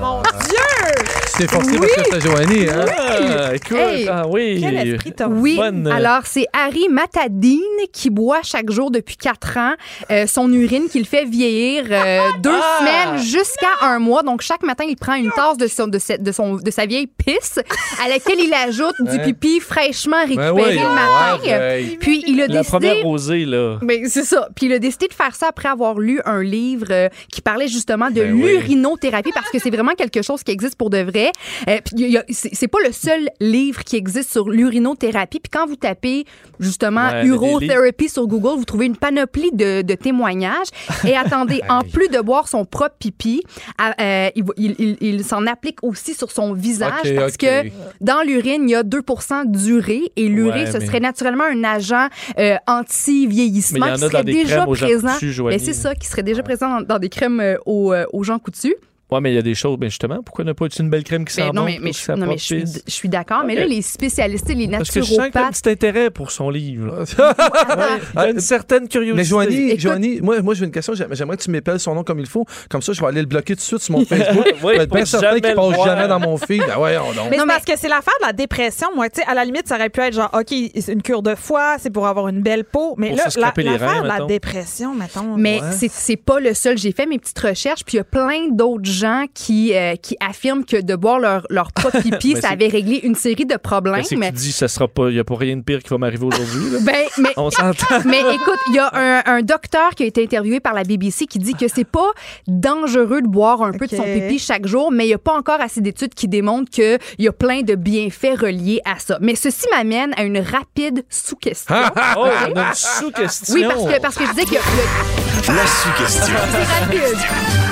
S6: Mon Dieu!
S4: C'est forcé parce que c'est Joanie, hein?
S3: Ah, écoute,
S5: Hey!
S3: ah oui.
S6: Quel esprit t'as?
S5: Oui,
S3: Bonne, euh,
S5: alors c'est Harry Matadine qui boit chaque jour depuis quatre ans euh, son urine qu'il fait vieillir euh, deux
S4: Ah!
S5: semaines jusqu'à un mois. Donc chaque matin, il prend une tasse de, son, de, sa, de son- de sa vieille pisse à laquelle il ajoute du
S4: Ouais.
S5: pipi fraîchement récupéré
S4: Ben oui,
S5: le matin.
S4: ouais, ouais.
S5: Puis il a
S3: La
S5: décidé
S3: première rosée, là.
S5: Ben, c'est ça. Puis il a décidé de faire ça après avoir lu un livre euh, qui parlait justement de
S4: Ben oui.
S5: l'urinothérapie parce que c'est vraiment quelque chose qui existe pour de vrai. Euh, puis il y a- c'est c'est pas le seul livre qui existe sur l'urinothérapie. Puis quand vous tapez justement
S3: Ouais, mais
S5: urotherapy sur Google, vous trouvez une panoplie de, de témoignages. Et attendez,
S4: Ah
S5: en plus de boire son propre pipi, à- euh, il, il- il- il s'en applique aussi sur son visage
S4: Ok,
S5: parce
S4: ok.
S5: que dans l'urine, il y a 2 d'urée et l'urée,
S3: Ouais,
S5: ce
S3: mais-
S5: serait naturellement un agent euh,
S3: Mais il y
S5: anti-vieillissement
S3: en
S5: qui
S3: a dans
S5: serait
S3: des
S5: déjà
S3: crèmes aux gens
S5: présent.
S3: coutus, Joanie.
S5: Mais c'est ça, qui serait déjà présent dans, dans des crèmes euh, aux, euh, aux gens coutus.
S3: Ouais, mais il y a des choses. Mais justement, pourquoi ne pas utiliser une belle crème qui sent
S5: Mais
S3: bon
S5: Ben, non, mais,
S3: pour
S5: mais
S3: que
S5: je,
S3: ça
S5: non, mais je suis,
S3: propisse?
S5: je suis d'accord. Mais
S3: Ok.
S5: là, les spécialistes, les
S3: Parce que je sens que t'as un
S5: naturopathes. ah,
S3: petit intérêt pour son livre.
S5: Attends,
S3: Il y a une certaine curiosité.
S4: Mais Joanie,
S5: Écoute-
S4: Joanie moi, moi j'ai une question. J'aim- J'aimerais que tu m'épelles son nom comme il faut. Comme ça, je vais aller le bloquer tout de suite sur mon Facebook.
S3: Oui,
S4: Je vais être
S3: pour
S4: bien certain
S3: jamais
S4: qu'il
S3: le
S4: passe
S3: voir.
S4: jamais dans mon feed. Ben voyons donc.
S6: Mais
S5: Non,
S6: c'est
S5: mais-
S6: parce que c'est l'affaire de la dépression, moi. Tu sais, à la limite, ça aurait pu être genre, OK, c'est une cure de foie, c'est pour avoir une belle peau. Mais
S3: Pour
S6: là,
S3: se scraper
S6: la-
S3: les
S6: l'affaire
S3: reins,
S6: de la
S3: mettons.
S6: dépression, mettons.
S5: Mais c'est- c'est pas le seul. J'ai fait mes petites recherches, puis il y a plein d'autres gens qui, euh, qui affirment que de boire leur, leur propre pipi,
S3: Mais
S5: ça
S3: c'est-
S5: avait réglé une série de problèmes.
S3: Qu'est-ce que tu dis? Ça sera pas... Il n'y a pas rien de pire qui va m'arriver aujourd'hui. là.
S5: Ben, mais
S3: On s'entend.
S5: Mais écoute, il y a un, un docteur qui a été interviewé par la BBC qui dit que c'est pas dangereux de boire un peu de son
S6: Ok.
S5: pipi chaque jour, mais il n'y a pas encore assez d'études qui démontrent qu'il y a plein de bienfaits reliés à ça. Mais ceci m'amène à une rapide sous-question.
S3: Oh, on a une sous-question.
S5: Oui,
S3: Ah,
S5: parce que, parce que je disais que le-
S2: La sous-question.
S5: c'est rapide.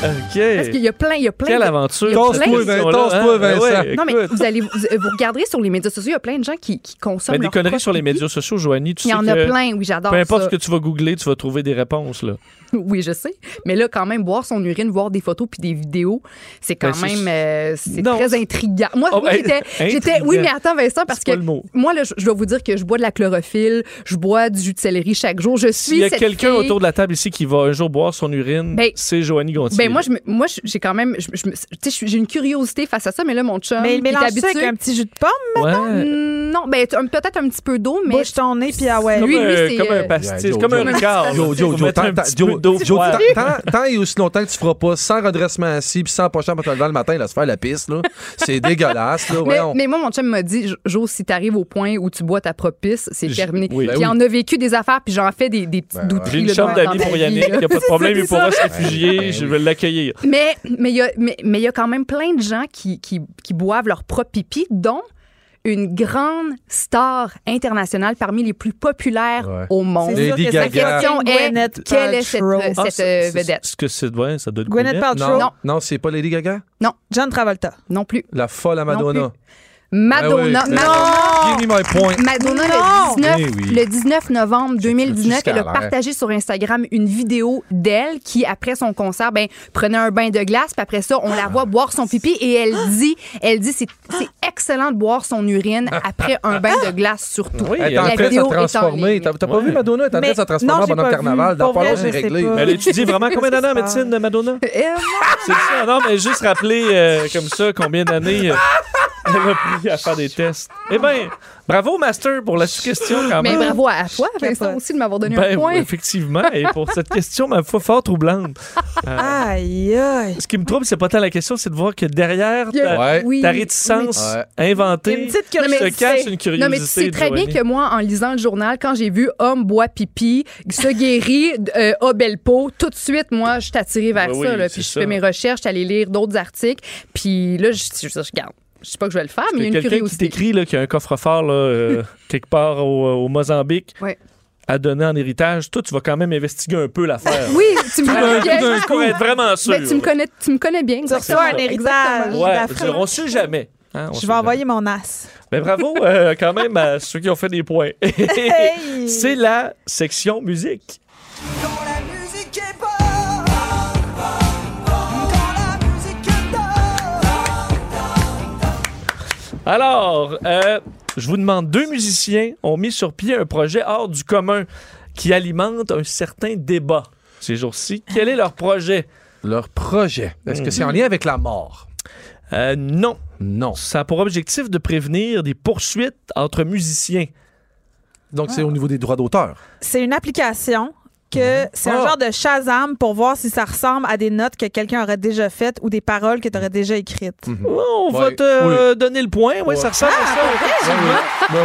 S3: OK.
S5: Parce qu'il y a plein Il y a plein
S3: Quelle
S5: de-
S3: aventure. hein?
S5: il y a plein
S3: Tasse-toi,
S5: de-
S3: Vin- tasse-toi, Vincent.
S5: Non, mais
S3: Écoute.
S5: vous allez vous, vous regarderez sur les médias sociaux, il y a plein de gens qui, qui consomment.
S3: Mais des
S5: leur
S3: conneries
S5: propre
S3: sur les
S5: pipi.
S3: médias sociaux, Joanie, tu
S5: Il y
S3: sais
S5: en
S3: que
S5: a plein, oui, j'adore
S3: Peu importe
S5: ça.
S3: ce que tu vas googler, tu vas trouver des réponses, là.
S5: Oui, je sais. Mais là, quand même, voir son urine, voir des photos puis des vidéos, c'est quand
S3: Ben, c'est-
S5: même euh, c'est
S3: Non.
S5: très intriguant. Moi,
S3: Oh,
S5: moi,
S3: ben,
S5: j'étais, j'étais-
S3: intriguant.
S5: Oui, mais attends, Vincent, parce
S3: C'est pas
S5: que
S3: le mot.
S5: moi, là, je, je dois vous dire que je bois de la chlorophylle, je bois du jus de céleri chaque jour. Je suis.
S3: S'il y a
S5: cette
S3: quelqu'un
S5: fille-
S3: autour de la table ici qui va un jour boire son urine,
S5: Ben,
S3: c'est Joanie Gontier.
S5: Ben moi, je me- moi, je- j'ai quand même, je- je me- tu sais, je suis- j'ai une curiosité face à ça, mais là, mon chum,
S6: Mais il
S5: qui est
S6: mélange ça avec
S5: habitué-
S6: un petit jus de pomme,
S3: Ouais.
S5: Mm, Non, ben tu- un- peut-être un petit peu d'eau, mais
S6: bouche ton nez, puis ah ouais.
S3: Comme,
S5: lui,
S3: un-
S5: lui, c'est,
S3: comme un
S5: euh,
S3: pastis,
S4: Yo,
S3: comme
S4: yo,
S3: un
S4: yo.
S3: Ricard.
S4: Yo, yo,
S3: Faut
S4: yo,
S3: mettre
S4: tant,
S3: un
S4: tant-
S3: petit
S4: yo,
S3: peu d'eau.
S4: yo,
S3: Ouais.
S4: tant- tant- tant et aussi longtemps que tu feras pas sans redressement assis puis sans pochette pour te lever le matin, là, se faire la piste, là. C'est dégueulasse, là.
S5: Mais,
S4: Voyons.
S5: mais moi, mon chum m'a dit, Jo, si t'arrives au point où tu bois ta propre pisse, c'est
S3: Je-
S5: terminé.
S3: oui. Ben,
S5: Puis
S4: Ben
S5: on a vécu des affaires, puis j'en fais des, des petites douteries.
S3: J'ai une
S5: là,
S3: chambre
S5: dans-
S3: d'amis
S5: dans
S3: pour
S5: ma vie,
S3: Yannick, il
S5: là.
S3: n'y a pas de problème,
S5: C'est
S3: il pourra se réfugier, je vais l'accueillir.
S5: Mais mais il y a mais mais il y a quand même plein de gens qui qui, qui boivent leur propre pipi, dont une grande star internationale parmi les plus populaires
S4: Ouais.
S5: au monde.
S4: Lady
S6: sûr que
S4: Gaga.
S6: ça
S5: La question
S6: fait
S5: est
S6: Gwyneth
S5: quelle est cette,
S6: Paltrow.
S5: cette,
S3: Ah,
S5: euh,
S3: c'est- c'est-
S5: vedette
S3: Est-ce que c'est ouais, ça doit être
S6: Gwyneth
S3: Gwyneth?
S6: Paltrow.
S5: Non.
S4: Non, c'est pas Lady Gaga?
S6: John Travolta.
S5: Non plus.
S4: La folle à Madonna.
S5: Non Madonna.
S4: Ben oui,
S5: Madonna.
S4: Give me my point.
S5: Madonna,
S6: Non!
S5: le, 19,
S4: Eh oui.
S5: le 19 novembre 2019,
S4: jusqu'à
S5: elle a
S4: l'air.
S5: partagé sur Instagram une vidéo d'elle qui, après son concert, ben, prenait un bain de glace. Puis après ça, on la voit boire son pipi et elle dit, elle dit, c'est c'est excellent de boire son urine après un bain de glace surtout.
S3: Oui,
S4: Elle est en
S3: elle-
S5: La
S4: train de
S5: vidéo
S4: se
S5: est en
S4: transformer.
S5: ligne.
S4: T'as t'as pas
S3: Ouais.
S4: vu Madonna? Elle est en train de se transformer
S6: Mais- non, j'ai
S4: pendant
S6: pas
S4: le
S6: vu.
S4: carnaval.
S6: Pour
S4: Dans pas
S6: vrai,
S4: long,
S6: je
S4: c'est
S6: sais
S4: réglé.
S6: pas.
S3: Elle étudie vraiment combien d'années en médecine de Madonna?
S5: Euh,
S3: C'est ça, non, mais juste rappeler euh, comme ça combien d'années euh, elle a pris à faire des tests. Eh bien, bravo, Master, pour la suggestion quand
S5: mais
S3: même.
S5: bravo à toi, Vincent,
S6: capote.
S5: aussi, de m'avoir donné un
S3: Ben,
S5: point.
S3: oui, effectivement, et pour cette question, ma foi, fort troublante. Euh,
S6: Aïe, aïe.
S3: Ce qui me trouble, c'est pas tant la question, c'est de voir que derrière
S5: Il y a-
S3: ta,
S4: Ouais.
S5: oui,
S3: ta réticence inventée,
S6: Une petite
S5: Non, mais
S3: se
S6: curiosité.
S5: tu
S3: cache
S5: sais-
S3: une
S5: Non, mais tu sais
S3: curiosité.
S5: très bien
S3: Joanie.
S5: que moi, en lisant le journal, quand j'ai vu homme boit pipi, se guérit, euh, a belle peau, tout de suite, moi, je suis attirée vers
S3: Oui,
S5: ça.
S3: Ben oui,
S5: là.
S3: c'est
S5: puis je
S3: ça.
S5: fais mes recherches, j'allais lire d'autres articles. Puis là, je, je, je regarde. Je sais pas que je vais le faire, mais il y a une
S3: quelqu'un qui
S5: curiosité.
S3: t'écrit là, qu'il y a un coffre-fort là, euh, quelque part au, au Mozambique
S5: Ouais.
S3: à donner en héritage, toi, tu vas quand même investiguer un peu l'affaire.
S5: Oui, tu me
S3: Tout
S5: connais
S3: d'un- tout d'un
S5: bien.
S3: coup, être vraiment sûr.
S5: Ben, tu, me connais, tu me connais bien.
S6: Tu reçois un
S5: exactement.
S6: héritage
S5: Exactement.
S3: Ouais,
S6: d'Afrique.
S3: je veux dire, on sait jamais. Hein, on sait
S6: Je vais
S3: jamais.
S6: envoyer mon as.
S3: Mais bravo euh, quand même à ceux qui ont fait des points.
S6: Hey!
S3: C'est la section musique. Alors, euh, je vous demande, deux musiciens ont mis sur pied un projet hors du commun qui alimente un certain débat ces jours-ci. Quel est leur projet?
S4: Leur projet. Est-ce que c'est en lien avec la mort?
S3: Euh, non.
S4: Non.
S3: Ça a pour objectif de prévenir des poursuites entre musiciens.
S4: Donc, c'est au niveau des droits d'auteur.
S6: C'est une application
S3: Mhm.
S6: que c'est un
S3: Oh.
S4: Ah.
S6: genre de Shazam pour voir si ça ressemble à des notes que quelqu'un aurait déjà faites ou des paroles que tu aurais déjà écrites.
S3: Oh, on va
S4: Ouais.
S3: te euh, donner le point. Oui,
S4: Ouais.
S3: ça ressemble à ça.
S4: Oui, oui.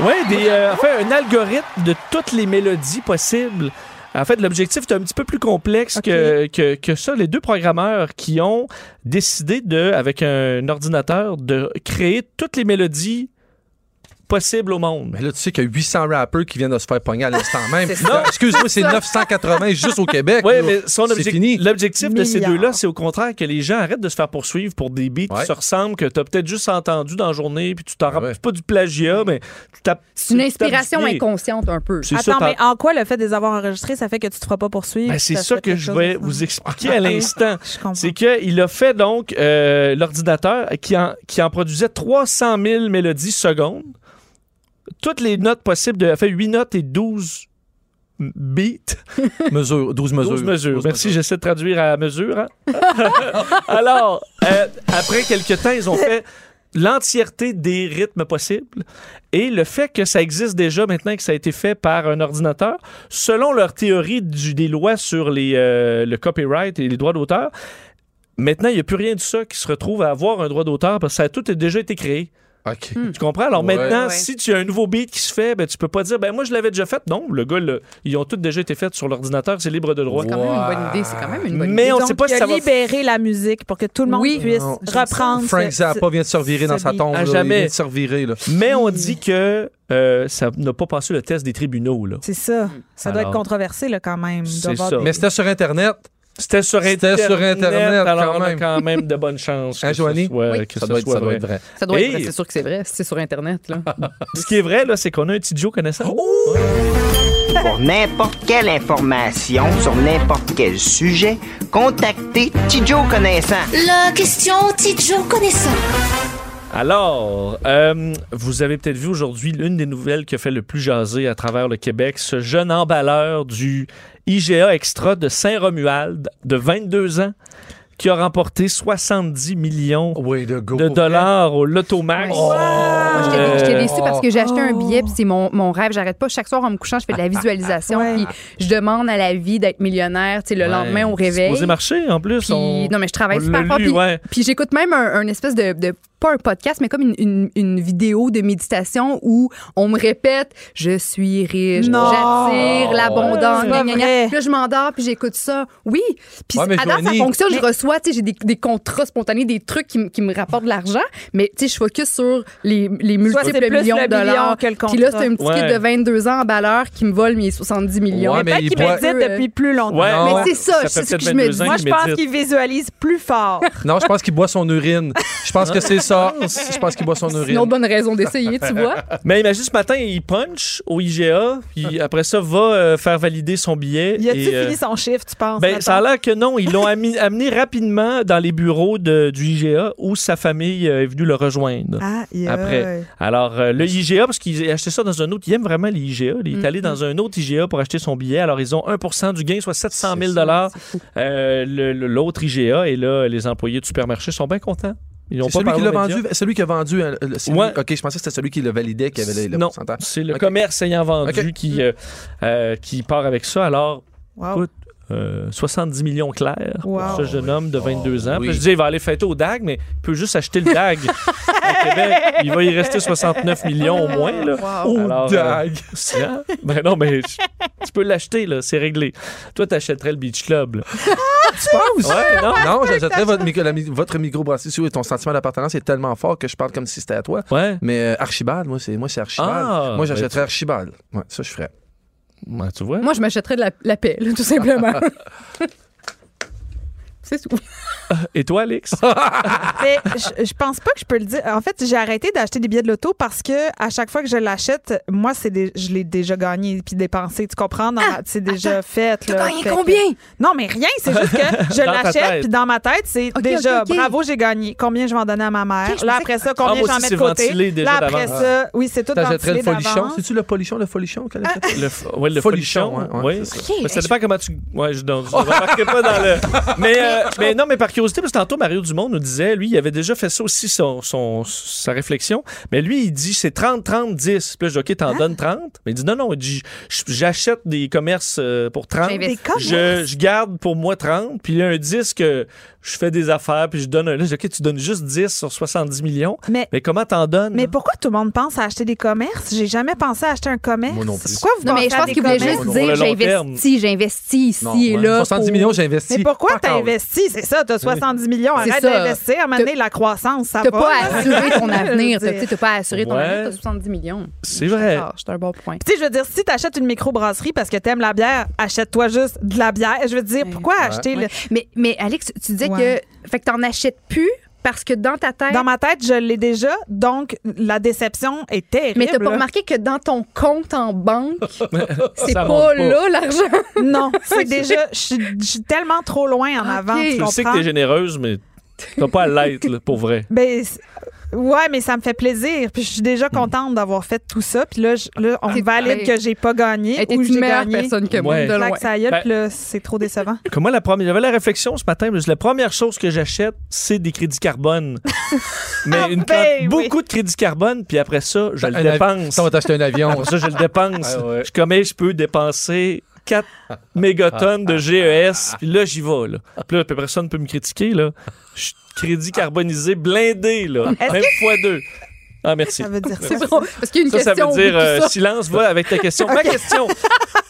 S4: oui.
S3: Oui, des, euh, en fait, un algorithme de toutes les mélodies possibles. En fait, l'objectif est un petit peu plus complexe que, que, que ça. Les deux programmeurs qui ont décidé, de, avec un ordinateur, de créer toutes les mélodies possibles au monde.
S4: Mais là, tu sais qu'il y a 800 rappers qui viennent de se faire pogner à l'instant même.
S5: C'est
S4: Non, excuse-moi, c'est 980 juste au Québec.
S3: Oui,
S4: là.
S3: mais son
S4: C'est
S3: objectif-
S4: fini.
S3: l'objectif de ces
S6: Milliards.
S3: deux-là, c'est au contraire que les gens arrêtent de se faire poursuivre pour des beats
S4: Ouais.
S3: qui se ressemblent, que tu as peut-être juste entendu dans la journée, puis tu t'en rappelles
S4: ouais.
S3: c'est pas du plagiat, mais tu tapes.
S5: C'est une inspiration inconsciente, un peu.
S3: C'est ça,
S6: Attends,
S3: t'as-
S6: mais en quoi le fait de les avoir enregistrés, ça fait que tu te feras pas poursuivre?
S3: Ben, c'est
S6: Ça
S3: ça
S6: fait
S3: que
S6: quelque
S3: je
S6: chose
S3: vais
S6: de-
S3: vous expliquer à l'instant.
S6: Je comprends.
S3: C'est qu'il a fait donc euh, l'ordinateur qui en, qui en produisait 300 000 mélodies secondes. Toutes les notes possibles, de, a fait 8 notes et 12 beats.
S4: Mesure, 12 mesures. Ben,
S3: 12 mesures.
S4: 12
S3: Merci, j'essaie de traduire à mesure. hein. Alors, euh, après quelques temps, ils ont fait l'entièreté des rythmes possibles et le fait que ça existe déjà maintenant et que ça a été fait par un ordinateur, selon leur théorie du, des lois sur les, euh, le copyright et les droits d'auteur, maintenant, il n'y a plus rien de ça qui se retrouve à avoir un droit d'auteur parce que ça a tout déjà été créé.
S4: OK.
S3: Tu comprends? Alors
S4: Ouais.
S3: maintenant,
S5: Hmm. Ouais.
S3: si tu as un nouveau beat qui se fait, ben, tu peux pas dire, ben moi je l'avais déjà fait. Non, le gars, le- ils ont tous déjà été faits sur l'ordinateur, c'est libre de droit.
S5: C'est quand même une bonne idée. C'est quand même une bonne
S3: Mais
S5: idée.
S3: on
S6: Donc,
S3: sait pas
S6: il
S3: si
S6: a
S3: ça va-
S6: libéré la musique pour que tout le monde
S5: Oui.
S6: puisse
S4: Non.
S6: reprendre.
S4: Frank
S6: ce-
S4: Zappa vient de se revirer dans
S6: ce
S4: sa
S6: beat.
S4: tombe.
S3: À
S4: là.
S3: jamais.
S4: Il vient de se revirer, là.
S3: Mais on dit que euh, ça n'a pas passé le test des tribunaux. Là.
S6: C'est ça. Ça doit
S3: Alors.
S6: être controversé là, quand même. Il doit
S3: C'est
S6: avoir
S3: ça.
S6: des-
S4: Mais c'était sur Internet.
S3: C'était sur Internet.
S4: sur Internet,
S3: alors
S4: quand
S3: on a
S4: même.
S3: quand même de bonnes chances.
S4: Hein,
S3: que ce
S4: Joanie?
S3: soit-
S4: Oui.
S3: que
S4: Ça
S3: ce
S4: doit être-
S3: soit
S4: ça doit être vrai.
S5: Ça doit
S3: Et
S5: être vrai, c'est sûr que c'est vrai. C'est sur Internet, là.
S3: Ce qui est vrai, là, c'est qu'on a un petit Joe connaissant.
S5: Oh!
S11: Pour n'importe quelle information sur n'importe quel sujet, contactez Tidjo Connaissant.
S12: La question Tidjo connaissant.
S3: Alors, euh, vous avez peut-être vu aujourd'hui l'une des nouvelles qui a fait le plus jaser à travers le Québec, ce jeune emballeur du IGA Extra de Saint-Romuald de 22 ans qui a remporté 70 millions
S4: de,
S3: dollars au Lotto Max.
S5: Moi, j'étais dé-
S3: Euh,
S5: j'étais déçue parce que j'ai acheté un billet, puis c'est mon, mon rêve. J'arrête pas. Chaque soir, en me couchant, je fais de la visualisation, puis je demande à la vie d'être millionnaire, tu sais, le
S3: Ouais.
S5: lendemain au réveil.
S3: C'est supposé marcher, en plus.
S5: Puis-
S3: on-
S5: non, mais je travaille
S3: on
S5: super
S3: l'a
S5: fort.
S3: lu,
S5: Puis,
S3: ouais.
S5: puis j'écoute même un, un espèce de, de- pas un podcast, mais comme une, une- une vidéo de méditation où on me répète Je suis riche,
S6: Non.
S5: j'attire l'abondance.
S6: C'est
S5: gna,
S6: pas
S5: gna, gna.
S6: vrai.
S5: Puis Là, je m'endors, puis j'écoute ça. Oui. Puis
S6: Ouais, mais
S5: à date,
S6: Joanie-
S5: ça fonctionne. Je
S6: Mais-
S5: reçois, tu sais, j'ai des, des contrats spontanés, des trucs qui, me- qui me rapportent de l'argent, mais tu sais, je focus sur les, les
S6: Soit
S5: multiples
S6: c'est plus
S5: millions
S6: le
S5: de dollars.
S6: million que le
S5: puis là, c'est un petit
S6: contrat.
S5: kid
S6: Ouais.
S5: de 22 ans en balleur qui me vole mes 70 millions.
S6: Ouais, Mais mais peut-être il qu'il boit- médite depuis
S5: plus
S6: longtemps.
S3: Ouais.
S5: mais
S4: Ouais.
S5: c'est ça,
S4: Ça
S5: c'est
S4: fait
S5: ce que
S4: peut-être
S5: je me
S4: 22
S5: dis.
S4: ans
S6: Moi, je
S4: qu'il
S6: pense
S4: médite.
S6: qu'il visualise plus fort.
S4: Non, je pense qu'il boit son urine. Je pense que c'est ça. Je pense qu'il boit son
S5: C'est une autre
S4: urine.
S5: bonne raison d'essayer, tu vois.
S3: Mais imagine ce matin, il punch au IGA, puis
S5: Ah.
S3: après ça, va euh, faire valider son billet.
S6: Il a-tu
S3: et, euh,
S6: fini son chiffre, tu penses?
S3: Ben, ça a
S6: mettons?
S3: l'air que non. Ils l'ont ami- amené rapidement dans les bureaux de- du IGA où sa famille euh, est venue le rejoindre.
S6: Aïe,
S3: Après.
S6: aïe.
S3: Alors, euh, le IGA, parce qu'il a acheté ça dans un autre, il aime vraiment les IGA. Il est
S4: Mm-hmm.
S3: allé dans un autre IGA pour acheter son billet. Alors, ils ont 1 du gain, soit 700 000 Euh, le- le- L'autre IGA, et là, les employés du supermarché sont bien contents. Ils ont pas
S4: C'est celui qui
S3: parlé
S4: l'a
S3: aux médias.
S4: vendu. Celui qui a vendu. euh, le- c'est lui-
S3: Ouais.
S4: Ok, je pensais que c'était celui qui le validait, qui avait le, le
S3: Non,
S4: pourcentage.
S3: c'est le
S4: Ok.
S3: commerce ayant vendu
S4: Ok.
S3: qui, euh, euh, qui part avec ça. Alors,
S6: Wow.
S3: écoute, euh, 70 millions clairs
S6: Wow.
S3: pour ce jeune homme de 22 ans.
S4: oui.
S3: Puis Je dis, il va aller fêter au DAG, mais il peut juste acheter le DAG à Québec. Il va y rester 69 millions au moins. Là.
S4: Wow. Au
S3: euh,
S4: DAG.
S3: si, hein? Ben non, mais tu tu peux l'acheter, là, c'est réglé. Toi, t'achèterais le Beach Club. là.
S4: Tu penses?
S3: Ouais, non?
S4: Non, j'achèterais votre, micro, la mi- votre microbrasserie. Si oui, ton sentiment d'appartenance est tellement fort que je parle comme si c'était à toi.
S3: Ouais.
S4: Mais euh, Archibald, moi, c'est moi c'est Archibald.
S3: Ah,
S4: moi,
S3: ben, tu-
S4: j'achèterais Archibald. Ouais, ça, je ferais.
S3: Ben, tu vois.
S5: Moi, je m'achèterais de la, la paix, là, tout simplement. c'est tout.
S3: Et toi, Alex?
S6: Mais je, je pense pas que je peux le dire. En fait, j'ai arrêté d'acheter des billets de loto parce que à chaque fois que je l'achète, moi, c'est des- je l'ai déjà gagné puis dépensé. Tu comprends? Dans
S5: Ah,
S6: ma- c'est déjà fait. là.
S5: gagné
S6: Fait que-
S5: combien?
S6: Non, mais rien. C'est juste que je
S3: Dans ta tête.
S6: l'achète puis dans ma tête, c'est
S5: Ok,
S6: déjà
S5: ok, ok.
S6: bravo, j'ai gagné. Combien je vais en donner à ma mère?
S5: Ok, je
S6: là,
S5: pensais
S6: après ça,
S3: Ah,
S6: combien
S3: moi
S6: j'en
S3: aussi,
S6: mets
S3: c'est
S6: de côté?
S3: ventilé déjà
S6: là, après
S3: d'avance.
S6: ça, oui, c'est tout
S4: T'achèterais
S6: ventilé
S4: le folichon.
S6: d'avance.
S4: C'est-tu le polichon, le folichon? qu'elle a fait?
S3: Le, f- ouais, le
S4: Folichon,
S3: folichon.
S4: ouais,
S3: ouais,
S4: ouais, c'est
S3: Mais ça dépend comment tu. Ouais, je ne remarquerai pas dans le. Mais, euh, mais non, mais par curiosité, parce que tantôt, Mario Dumont nous disait, lui, il avait déjà fait ça aussi, son, son- sa réflexion. Mais lui, il dit, c'est 30, 30, 10. Puis là, je dis, OK, t'en donnes 30. Mais il dit, non, non, il dit, j- j'achète des commerces euh, pour 30.
S5: J'investis. Des
S3: Je, je garde pour moi 30. Puis il y a un 10 que je fais des affaires, puis je donne un. Là, je dis, OK, tu donnes juste 10 sur 70 millions.
S6: Mais-
S3: Mais comment t'en donnes?
S6: Mais pourquoi tout le monde pense à acheter des commerces? J'ai jamais pensé à acheter un commerce.
S4: Moi non plus.
S6: Pourquoi vous
S5: Non, mais
S6: pensez
S5: je
S6: à
S5: pense
S6: des
S5: qu'il voulait
S6: commerces?
S5: juste
S3: Pour le
S5: dire
S3: long terme.
S5: j'investis, j'investis ici
S4: Non,
S5: et
S4: ouais.
S5: là.
S4: 70
S5: pour-
S4: millions, j'investis.
S6: Mais pourquoi t'as
S4: Fuck all.
S6: investi? C'est ça, t'as 70 millions.
S5: C'est
S6: Arrête
S5: ça.
S6: d'investir. À un moment donné, la croissance, ça
S5: T'as
S6: va.
S5: pas
S6: là.
S5: à assurer ton avenir.
S6: Je veux
S5: T'as
S6: dire.
S5: t'sais, t'as pas à assurer ton
S3: Ouais.
S5: avenir. T'as 70 millions.
S3: C'est vrai.
S5: Ah, c'est un bon point.
S6: Tu sais, je veux dire, si t'achètes une microbrasserie parce que t'aimes la bière, achète-toi juste de la bière. Je veux dire, pourquoi acheter le...
S5: Ouais. Mais, mais Alex, tu disais
S6: Ouais.
S5: que. Fait que t'en achètes plus parce que dans ta tête.
S6: Dans ma tête, je l'ai déjà, donc la déception est terrible.
S5: mais t'as pas
S6: là.
S5: remarqué que dans ton compte en banque, c'est
S3: Ça
S5: pas,
S3: monte pas.
S5: là l'argent.
S6: Non, c'est déjà... Je suis- je suis tellement trop loin en avant, tu
S5: Je
S3: Je sais que
S6: comprends?
S3: t'es généreuse, mais t'as pas à l'être, là, pour vrai.
S6: Ben, c'est- ouais, mais ça me fait plaisir. Puis je suis déjà
S3: Hmm.
S6: contente d'avoir fait tout ça. Puis là, je- là, on
S5: T'es-
S6: valide que j'ai pas gagné
S5: T'es
S6: ou
S5: une
S6: j'ai
S5: meilleure
S6: gagné.
S5: personne que moi.
S3: Ouais.
S5: de
S6: Claque
S5: loin.
S6: sa gueule,
S3: Ben-
S6: puis là, c'est trop décevant.
S3: Que moi, la première, j'avais la réflexion ce matin, mais la première chose que j'achète, c'est des crédits carbone. mais une
S6: ben
S3: quanti-
S6: oui.
S3: beaucoup de crédits carbone, puis après ça, je le
S4: Un avi-
S3: dépense.
S4: Ça, on va t'acheter un avion.
S3: Après ça, je le dépense.
S4: Ah ouais.
S3: Je commets, je peux dépenser 4 mégatonnes de GES, puis là, j'y vais. Là. Puis là, personne ne peut me critiquer. Là. Je suis crédit carbonisé, blindé, là. même fois deux. Ah, merci.
S6: Ça veut dire ça.
S5: C'est bon. Parce qu'il y a une
S3: Ça, ça
S5: question.
S3: veut
S5: au bout de
S3: dire
S5: tout
S3: euh,
S5: ça.
S3: silence, va avec ta question. Ma question.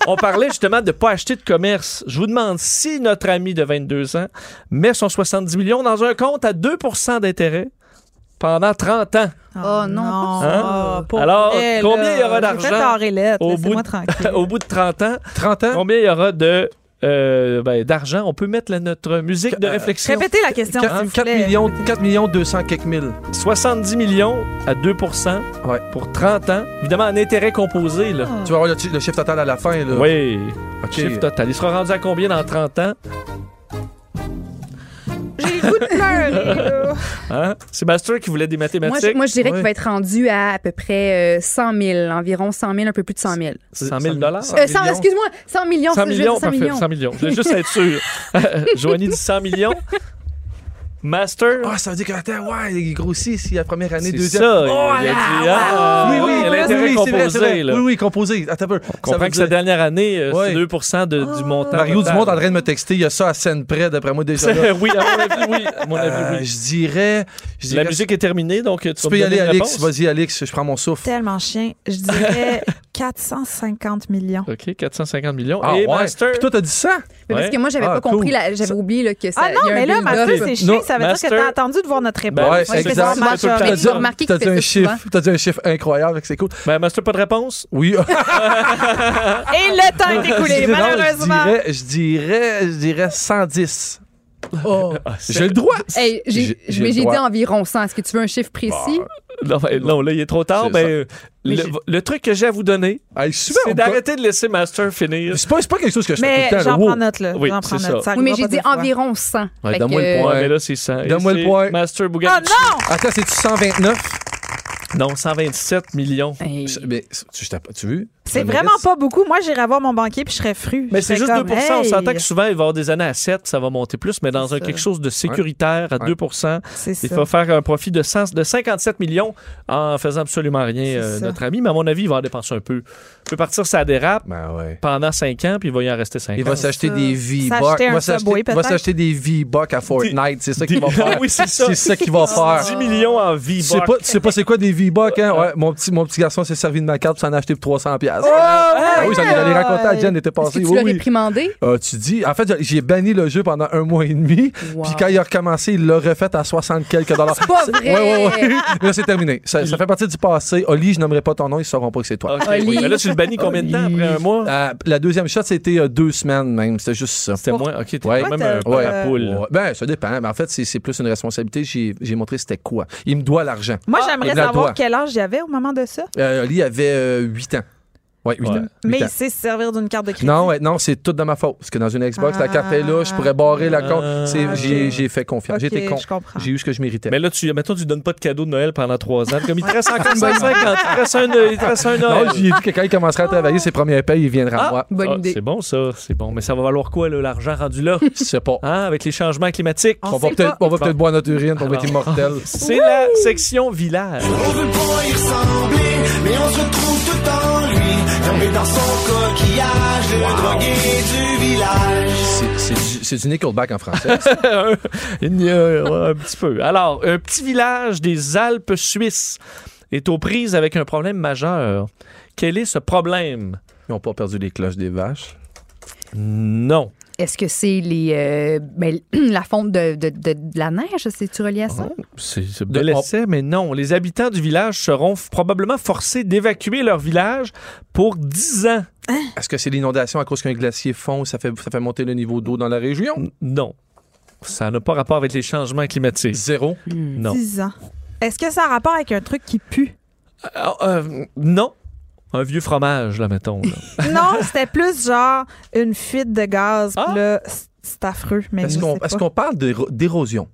S3: On parlait justement de ne pas acheter de commerce. Je vous demande si notre ami de 22 ans met son 70 millions dans un compte à 2 d'intérêt pendant 30 ans.
S5: Oh non, pas
S3: ça.
S6: Ah, pour
S3: Hein? Alors,
S6: vrai,
S3: combien
S6: là.
S3: il y aura
S6: J'ai
S3: d'argent
S6: fait tard et lettre,
S3: au bout
S6: laissez-moi
S3: de-
S6: tranquille.
S3: Au bout de 30 ans,
S4: 30 ans?
S3: combien il y aura de euh, ben, d'argent, on peut mettre la- notre musique
S5: Euh,
S3: de réflexion.
S6: Répétez la question, s'il vous
S4: 4
S6: plaît.
S4: millions, 4 millions 200 quelques mille.
S3: 70 millions à 2 pour 30 ans. Évidemment, en intérêt composé. Là.
S4: Tu vas avoir le, chi- le chiffre total à la fin.
S5: Euh,
S4: Là.
S3: Oui.
S4: OK.
S3: Chiffre total. Il sera rendu à combien dans 30 ans?
S6: J'ai le goût de pleurer, là.
S3: Hein? C'est Master qui voulait des
S5: Moi,
S3: mathématiques.
S5: je, moi, je dirais
S3: Oui.
S5: qu'il va être rendu à à peu près euh, 100 000, environ 100 000, un peu plus de 100 000.
S3: 100 000 dollars?
S5: Euh, 100 Excuse-moi, 100 millions.
S3: 100
S5: c'est juste
S3: millions,
S5: 100
S3: parfait. 100 millions. Je voulais juste être sûr.
S4: Euh,
S3: Joanie dit 100 millions. Master.
S4: Ah, ça veut dire que, attends, ouais, il grossit si la première année,
S3: C'est
S4: deuxième.
S3: ça, il
S4: Oh
S3: a
S4: là
S3: dit,
S4: là!
S3: ah,
S4: oui, oui,
S3: il y a
S4: oui,
S3: l'intérêt
S4: oui, c'est vrai, c'est vrai.
S3: composé, là.
S4: Oui, oui, composé. Attends un peu.
S3: On
S4: Ça
S3: comprend
S4: veut
S3: que cette
S4: dire-
S3: dernière année, euh,
S4: Ouais.
S3: c'est 2 de- du montant.
S4: Mario
S3: total.
S4: Dumont est en train de me texter, il y a ça à scène près, d'après moi, déjà. là.
S3: oui, à mon avis, oui. à mon avis,
S4: Euh,
S3: oui.
S4: je dirais. je
S3: La
S4: dirais-
S3: musique est terminée, donc tu,
S4: Tu peux y aller, Alex. Vas-y, Alex, je prends mon souffle.
S6: Tellement chien. Je dirais 450 millions.
S3: OK, 450 millions.
S4: Ah,
S3: Et
S4: ouais.
S3: Master.
S4: Puis toi, t'as dit 100?
S5: Mais Parce que moi, j'avais
S4: Ah,
S5: pas
S4: cool.
S5: compris, la- j'avais oublié là, que ça.
S6: Ah
S5: il y
S6: non,
S5: a un
S6: mais là,
S5: build-up.
S6: Master, c'est chiant.
S4: Non,
S6: Ça veut
S3: Master-
S6: dire que t'as entendu de voir notre
S3: Ben,
S6: réponse.
S4: ouais,
S6: Moi, je fais
S4: exact.
S6: souvent ça.
S5: T'as dit- remarqué qu'il
S4: T'as dit
S5: fait
S4: un
S5: ça
S4: chiffre.
S5: souvent.
S4: T'as dit un chiffre incroyable, fait que c'est cool.
S3: Ben, Master, pas de réponse?
S4: Oui.
S6: Et le temps est écoulé,
S4: Je dirais- non,
S6: malheureusement.
S4: Je dirais, je dirais, je dirais 110.
S3: c'est-
S6: Oh.
S4: J'ai le droit.
S5: Hey, j'ai-
S4: J'ai-
S5: mais
S4: j'ai
S5: j'ai
S4: le
S5: dit
S4: droit. Bah.
S5: environ 100. Est-ce que tu veux un chiffre précis?
S6: Bah,
S3: Non, ben, non, là, il est trop tard.
S4: C'est
S3: Ben,
S4: ça.
S3: euh,
S4: Mais
S3: le,
S4: j'ai-
S3: le truc que j'ai à vous donner,
S4: Hey, super, on
S3: c'est
S4: peut-
S3: d'arrêter de laisser Master finir.
S4: C'est pas, c'est pas quelque chose que je fais
S6: Mais
S4: tout le temps.
S6: j'en
S4: là.
S6: prends
S4: Wow.
S6: note, là.
S3: Oui,
S6: j'en prends
S3: c'est
S6: note.
S3: ça.
S6: Ça
S5: Oui, mais
S6: arrivera
S5: j'ai
S6: pas
S5: dit
S6: deux fois.
S5: environ 100.
S4: Ouais,
S5: Fait
S4: donne-moi
S5: que,
S4: le
S5: euh,
S4: point.
S3: Ouais, mais là, c'est 100. Et
S4: Donne-moi le
S3: c'est
S4: point.
S3: Master
S6: Oh
S3: Bougan.
S6: non!
S4: Attends, c'est-tu 129?
S3: non, 127 millions.
S5: euh, hey.
S4: Mais, tu, je t'ai pas- tu veux?
S6: C'est vraiment pas beaucoup. Moi, j'irais voir mon banquier puis je serais fru.
S3: Mais
S6: Je
S3: c'est
S6: serais
S3: juste 2
S6: comme,
S3: On
S6: hey,
S3: s'entend que souvent, il va y avoir des années à 7, ça va monter plus, mais dans
S6: C'est
S3: un,
S6: ça.
S3: quelque chose de sécuritaire à
S4: Ouais.
S3: 2
S6: C'est ça.
S3: il faut faire un profit de, 100 de 57 millions en faisant absolument rien,
S6: C'est
S3: euh,
S6: ça.
S3: notre ami. Mais à mon avis, il va en dépenser un peu. Il peut partir, ça dérape
S4: Ben ouais.
S3: pendant 5 ans, puis il va y en rester 5
S4: Il
S3: ans.
S4: va s'acheter
S6: ça.
S4: des V-Bucks.
S6: S'acheter
S4: Il
S6: un
S4: va
S6: Subway,
S4: s'acheter- il va
S6: peut-être.
S4: s'acheter des V-Bucks à Fortnite. C'est ça qu'il va faire.
S3: Oui, c'est ça.
S4: C'est ça qu'il va faire.
S3: 10 millions en
S4: Tu
S3: vie.
S4: sais pas, tu sais pas c'est quoi des V-Bucks, hein? Ouais, mon petit, mon petit garçon s'est servi de ma carte pour s'en acheter pour 300 piastres.
S6: Oh,
S4: ah oui, j'en ai j'en ai raconté à Jen l'été
S5: Est-ce que
S4: passé.
S5: tu
S4: Oui,
S5: l'as
S4: oui.
S5: réprimandé?
S4: Euh, tu dis, en fait, j'ai banni le jeu pendant un mois et demi.
S5: Wow.
S4: Puis quand il a recommencé, il l'a refait à 60 quelques dollars. C'est
S5: pas
S4: Ouais, ouais,
S5: vrai.
S4: ouais. Mais là, c'est terminé. Ça, ça fait partie du passé. Oli, je nommerai pas ton nom, ils sauront pas que c'est toi.
S6: Ah,
S3: OK.
S5: Oli.
S3: Mais là, tu le bannis combien de temps? Après un mois?
S4: Euh, la deuxième shot, c'était euh, deux semaines même. C'était juste ça.
S3: C'était moins. OK, t'es
S4: Ouais.
S3: quand même un peu
S4: Ouais.
S3: la poule.
S4: Ouais. Ben, ça dépend. Mais en fait, c'est c'est plus une responsabilité. J'ai j'ai montré c'était quoi. Il me doit l'argent.
S6: Moi,
S4: il
S6: j'aimerais
S4: me la
S6: savoir
S4: doit.
S6: quel âge il avait au moment de ça.
S4: Euh, Oli avait euh, 8 ans. Ouais, 8
S3: Ouais.
S4: ans. Huit
S6: Mais
S4: ans.
S6: il sait se servir d'une carte de crédit.
S4: Non, ouais, non, c'est tout de ma faute. Parce que dans une Xbox, la carte est là, je pourrais barrer la compte. C'est-
S6: Ah,
S4: J'ai
S6: ok.
S4: j'ai fait confiance.
S6: Ok,
S4: J'ai été con.
S6: je comprends.
S4: J'ai eu ce que je méritais.
S3: Mais là, tu, mettons, tu donnes pas de cadeau de Noël pendant 3 ans. Comme il te reste encore 150, il te reste un, il te reste un Noël.
S4: Non, j'ai dit que quand il commencera à travailler ses premiers payes, il viendra à moi.
S5: Bonne
S3: Ah,
S5: idée.
S3: C'est bon, ça. C'est bon. Mais ça va valoir quoi, là, l'argent rendu là?
S4: Je sais pas.
S3: Hein, avec les changements climatiques?
S4: On va peut-être on va peut-être boire notre urine, on va
S3: Ah,
S4: être immortel.
S3: C'est la section village.
S10: On veut pas y ressembler, mais on se retrouve tout en lui. Tombé dans son coquillage, le drogué du village.
S4: C'est- C'est du- c'est du Nickelback en français.
S3: un, une- euh, ouais, un petit peu. Alors, un petit village des Alpes suisses est aux prises avec un problème majeur. Quel est ce problème?
S4: Ils n'ont pas perdu les cloches des vaches.
S3: Non.
S5: Est-ce que c'est les euh, ben, la fonte de, de- de- de la neige? C'est-tu relié à
S4: Ah.
S5: ça?
S3: C'est c'est
S4: De-
S3: bel essai, mais non. Les habitants du village seront f- probablement forcés d'évacuer leur village pour 10 ans.
S4: Est-ce que c'est l'inondation à cause qu'un glacier fond, ça fait, ça fait monter le niveau d'eau dans la région?
S3: Mm. Non. Ça n'a pas rapport avec les changements climatiques.
S4: Zéro.
S3: Non.
S6: 10 ans. Est-ce que ça a rapport avec un truc qui pue?
S3: Euh, euh, non. Un vieux fromage, là, mettons. là.
S6: non, c'était plus genre une fuite de gaz.
S3: Ah!
S6: puis Là, c- c'est affreux, mais
S4: Est-ce
S6: je
S4: qu'on
S6: sais pas.
S4: est-ce qu'on parle d'éro- d'érosion?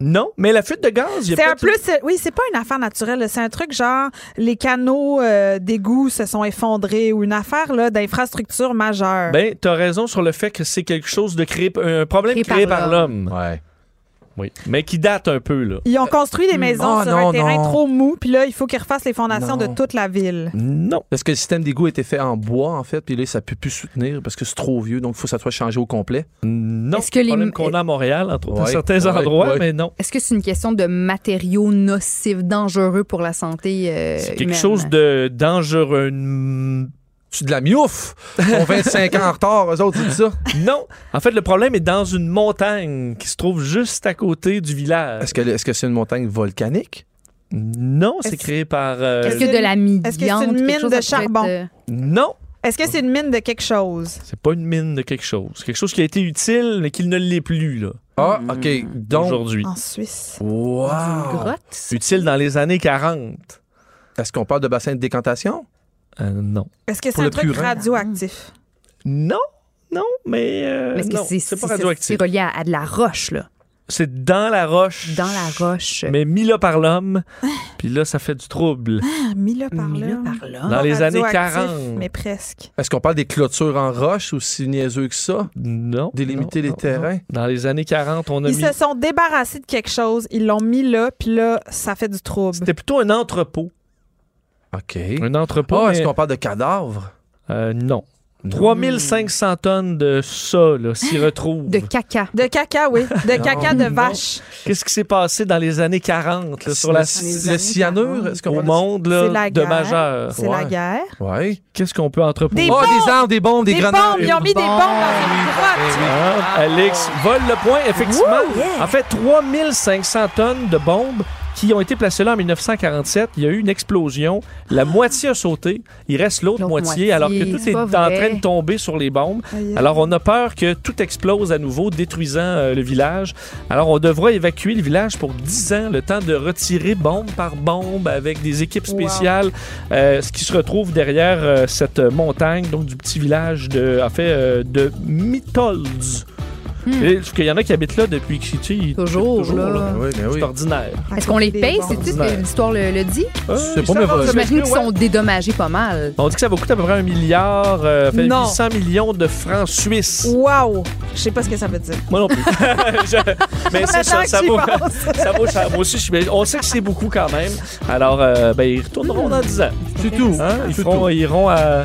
S3: non, mais la fuite de gaz, il y a
S6: C'est un
S3: peut-être-
S6: plus, c'est- oui, c'est pas une affaire naturelle. C'est un truc genre les canaux euh, d'égout se sont effondrés ou une affaire là d'infrastructure majeure.
S3: Ben, t'as raison sur le fait que c'est quelque chose de créé, un problème
S5: Créé
S3: créé,
S5: par
S3: par, l'homme.
S4: Ouais.
S3: Oui. Mais qui date un peu, là.
S6: ils ont construit des maisons
S4: Ah,
S6: sur
S4: non,
S6: un terrain
S4: non.
S6: trop mou, puis là, il faut qu'ils refassent les
S4: Non.
S6: fondations de toute la ville.
S3: Non.
S4: Est-ce que le système d'égout était fait en bois, en fait, puis là, ça peut plus soutenir parce que c'est trop vieux, donc il faut que ça soit changé au complet?
S3: Non.
S5: Est-ce que les- Euh,
S3: problème qu'on a à Montréal, entre autres, à
S4: Ouais,
S3: certains
S4: ouais,
S3: endroits,
S4: ouais.
S3: mais non.
S5: Est-ce que c'est une question de matériaux nocifs, dangereux pour la santé euh,
S3: C'est quelque
S5: humaine?
S3: chose de dangereux. Mm,
S4: C'est de la miouf! Ils sont 25 ans en retard, eux autres, ils disent ça.
S3: Non. En fait, le problème est dans une montagne qui se trouve juste à côté du village.
S4: Est-ce que est-ce que c'est une montagne volcanique?
S3: Non, c'est
S6: Est-ce-
S3: créé par. euh,
S5: Est-ce que de la
S6: Est-ce que
S5: migante?
S6: c'est une
S5: quelque
S6: mine
S5: chose,
S6: de
S5: ça pourrait
S6: charbon?
S5: être, euh,
S3: Non.
S6: Est-ce que c'est une mine de quelque chose?
S3: C'est pas une mine de quelque chose. Quelque chose qui a été utile, mais qui ne l'est plus, là.
S4: Ah, OK. Donc.
S3: Aujourd'hui.
S5: Ah.
S6: En Suisse.
S4: Wow.
S3: Ah. Utile dans les années 40.
S4: Est-ce qu'on parle de bassin de décantation?
S3: Euh, non.
S6: Est-ce que c'est
S4: Pour
S6: un
S4: le
S6: truc
S4: purin.
S6: radioactif?
S3: Non, non, mais. euh,
S5: Mais est-ce que
S3: non,
S5: c'est-
S3: c'est
S5: c'est-
S3: pas radioactif.
S5: C'est relié à, à de la roche, là.
S3: C'est dans la roche.
S5: Dans la roche. Ah.
S3: Mais mis là par l'homme. Puis là, ça fait du trouble.
S6: Ah, Mis-le par là.
S5: Ah,
S3: Dans les années
S6: Radioactif,
S3: 40.
S6: Mais presque.
S4: Est-ce qu'on parle des clôtures en roche aussi niaiseux que ça?
S3: Non.
S4: Délimiter
S3: non,
S4: les
S3: non,
S4: terrains?
S3: non. Dans les années 40, on a
S6: Ils
S3: mis.
S6: se sont débarrassés de quelque chose, ils l'ont mis là, puis là, ça fait du trouble.
S3: C'était plutôt un entrepôt.
S4: OK.
S3: Un entrepôt.
S4: Ah, est-ce
S3: mais-
S4: qu'on Hmm. parle de cadavres?
S3: Euh, non. 3500 tonnes de ça, là, s'y retrouvent.
S5: Ah, De caca.
S6: De caca, oui. De
S3: Non,
S6: caca de
S3: non.
S6: vache.
S3: Qu'est-ce qui s'est passé dans les années 40 là, sur la
S4: Le cyanure? Est-ce qu'on
S3: au
S4: parle de-
S3: monde
S6: C'est
S3: là,
S6: la
S3: de
S6: guerre.
S3: majeur?
S6: C'est la
S4: Ouais.
S6: guerre.
S4: Ouais.
S3: Qu'est-ce qu'on peut entreprendre?
S6: Des
S4: Ah,
S6: bombes!
S4: des armes, des bombes, des,
S6: Des
S4: grenades.
S6: bombes! Ils ont mis des bombes dans une grotte!
S3: Hein? Alex vole le point, effectivement. En fait, 3500 tonnes de bombes qui ont été placées là en 1947. Il y a eu une explosion. La moitié a sauté. Il reste l'autre
S5: L'autre
S3: moitié,
S5: moitié,
S3: alors que tout
S5: c'est
S3: est
S5: pas
S3: en
S5: vrai.
S3: train de tomber sur les bombes.
S6: Aïe, aïe.
S3: Alors, on a peur que tout explose à nouveau, détruisant euh, le village. Alors, on devra évacuer le village pour 10 ans, le temps de retirer bombe par bombe avec des équipes spéciales, euh, ce qui se retrouve derrière euh, cette montagne, donc du petit village de, en fait, euh, de Mitolz.
S4: Hmm.
S3: Et, Parce qu'il y en a qui habitent là depuis que tu sais, ils-
S5: Toujours, là.
S4: Ben Oui, ben
S3: C'est
S4: oui.
S3: ordinaire.
S5: Est-ce qu'on les
S6: Des
S5: paye?
S6: bombes.
S5: C'est-tu que l'histoire le, le dit?
S4: C'est pas mes voisins.
S5: J'imagine qu'ils sont dédommagés pas mal.
S3: On dit que ça va coûter à peu près un milliard, euh, fait
S6: Non.
S3: 800 millions de francs
S4: Oh.
S3: suisses.
S6: Wow! Je sais pas ce que ça veut dire.
S3: Moi non plus. Je- Mais c'est
S6: Maintenant
S3: ça,
S6: que
S3: ça
S6: j'y
S3: vaut,
S6: pense.
S3: ça vaut cher. Moi aussi, je suis- mais on sait que c'est beaucoup quand même. Alors, euh, ben, ils retourneront dans 10 ans.
S4: C'est tout.
S3: Hein? Ils,
S4: C'est
S3: feront- ils iront à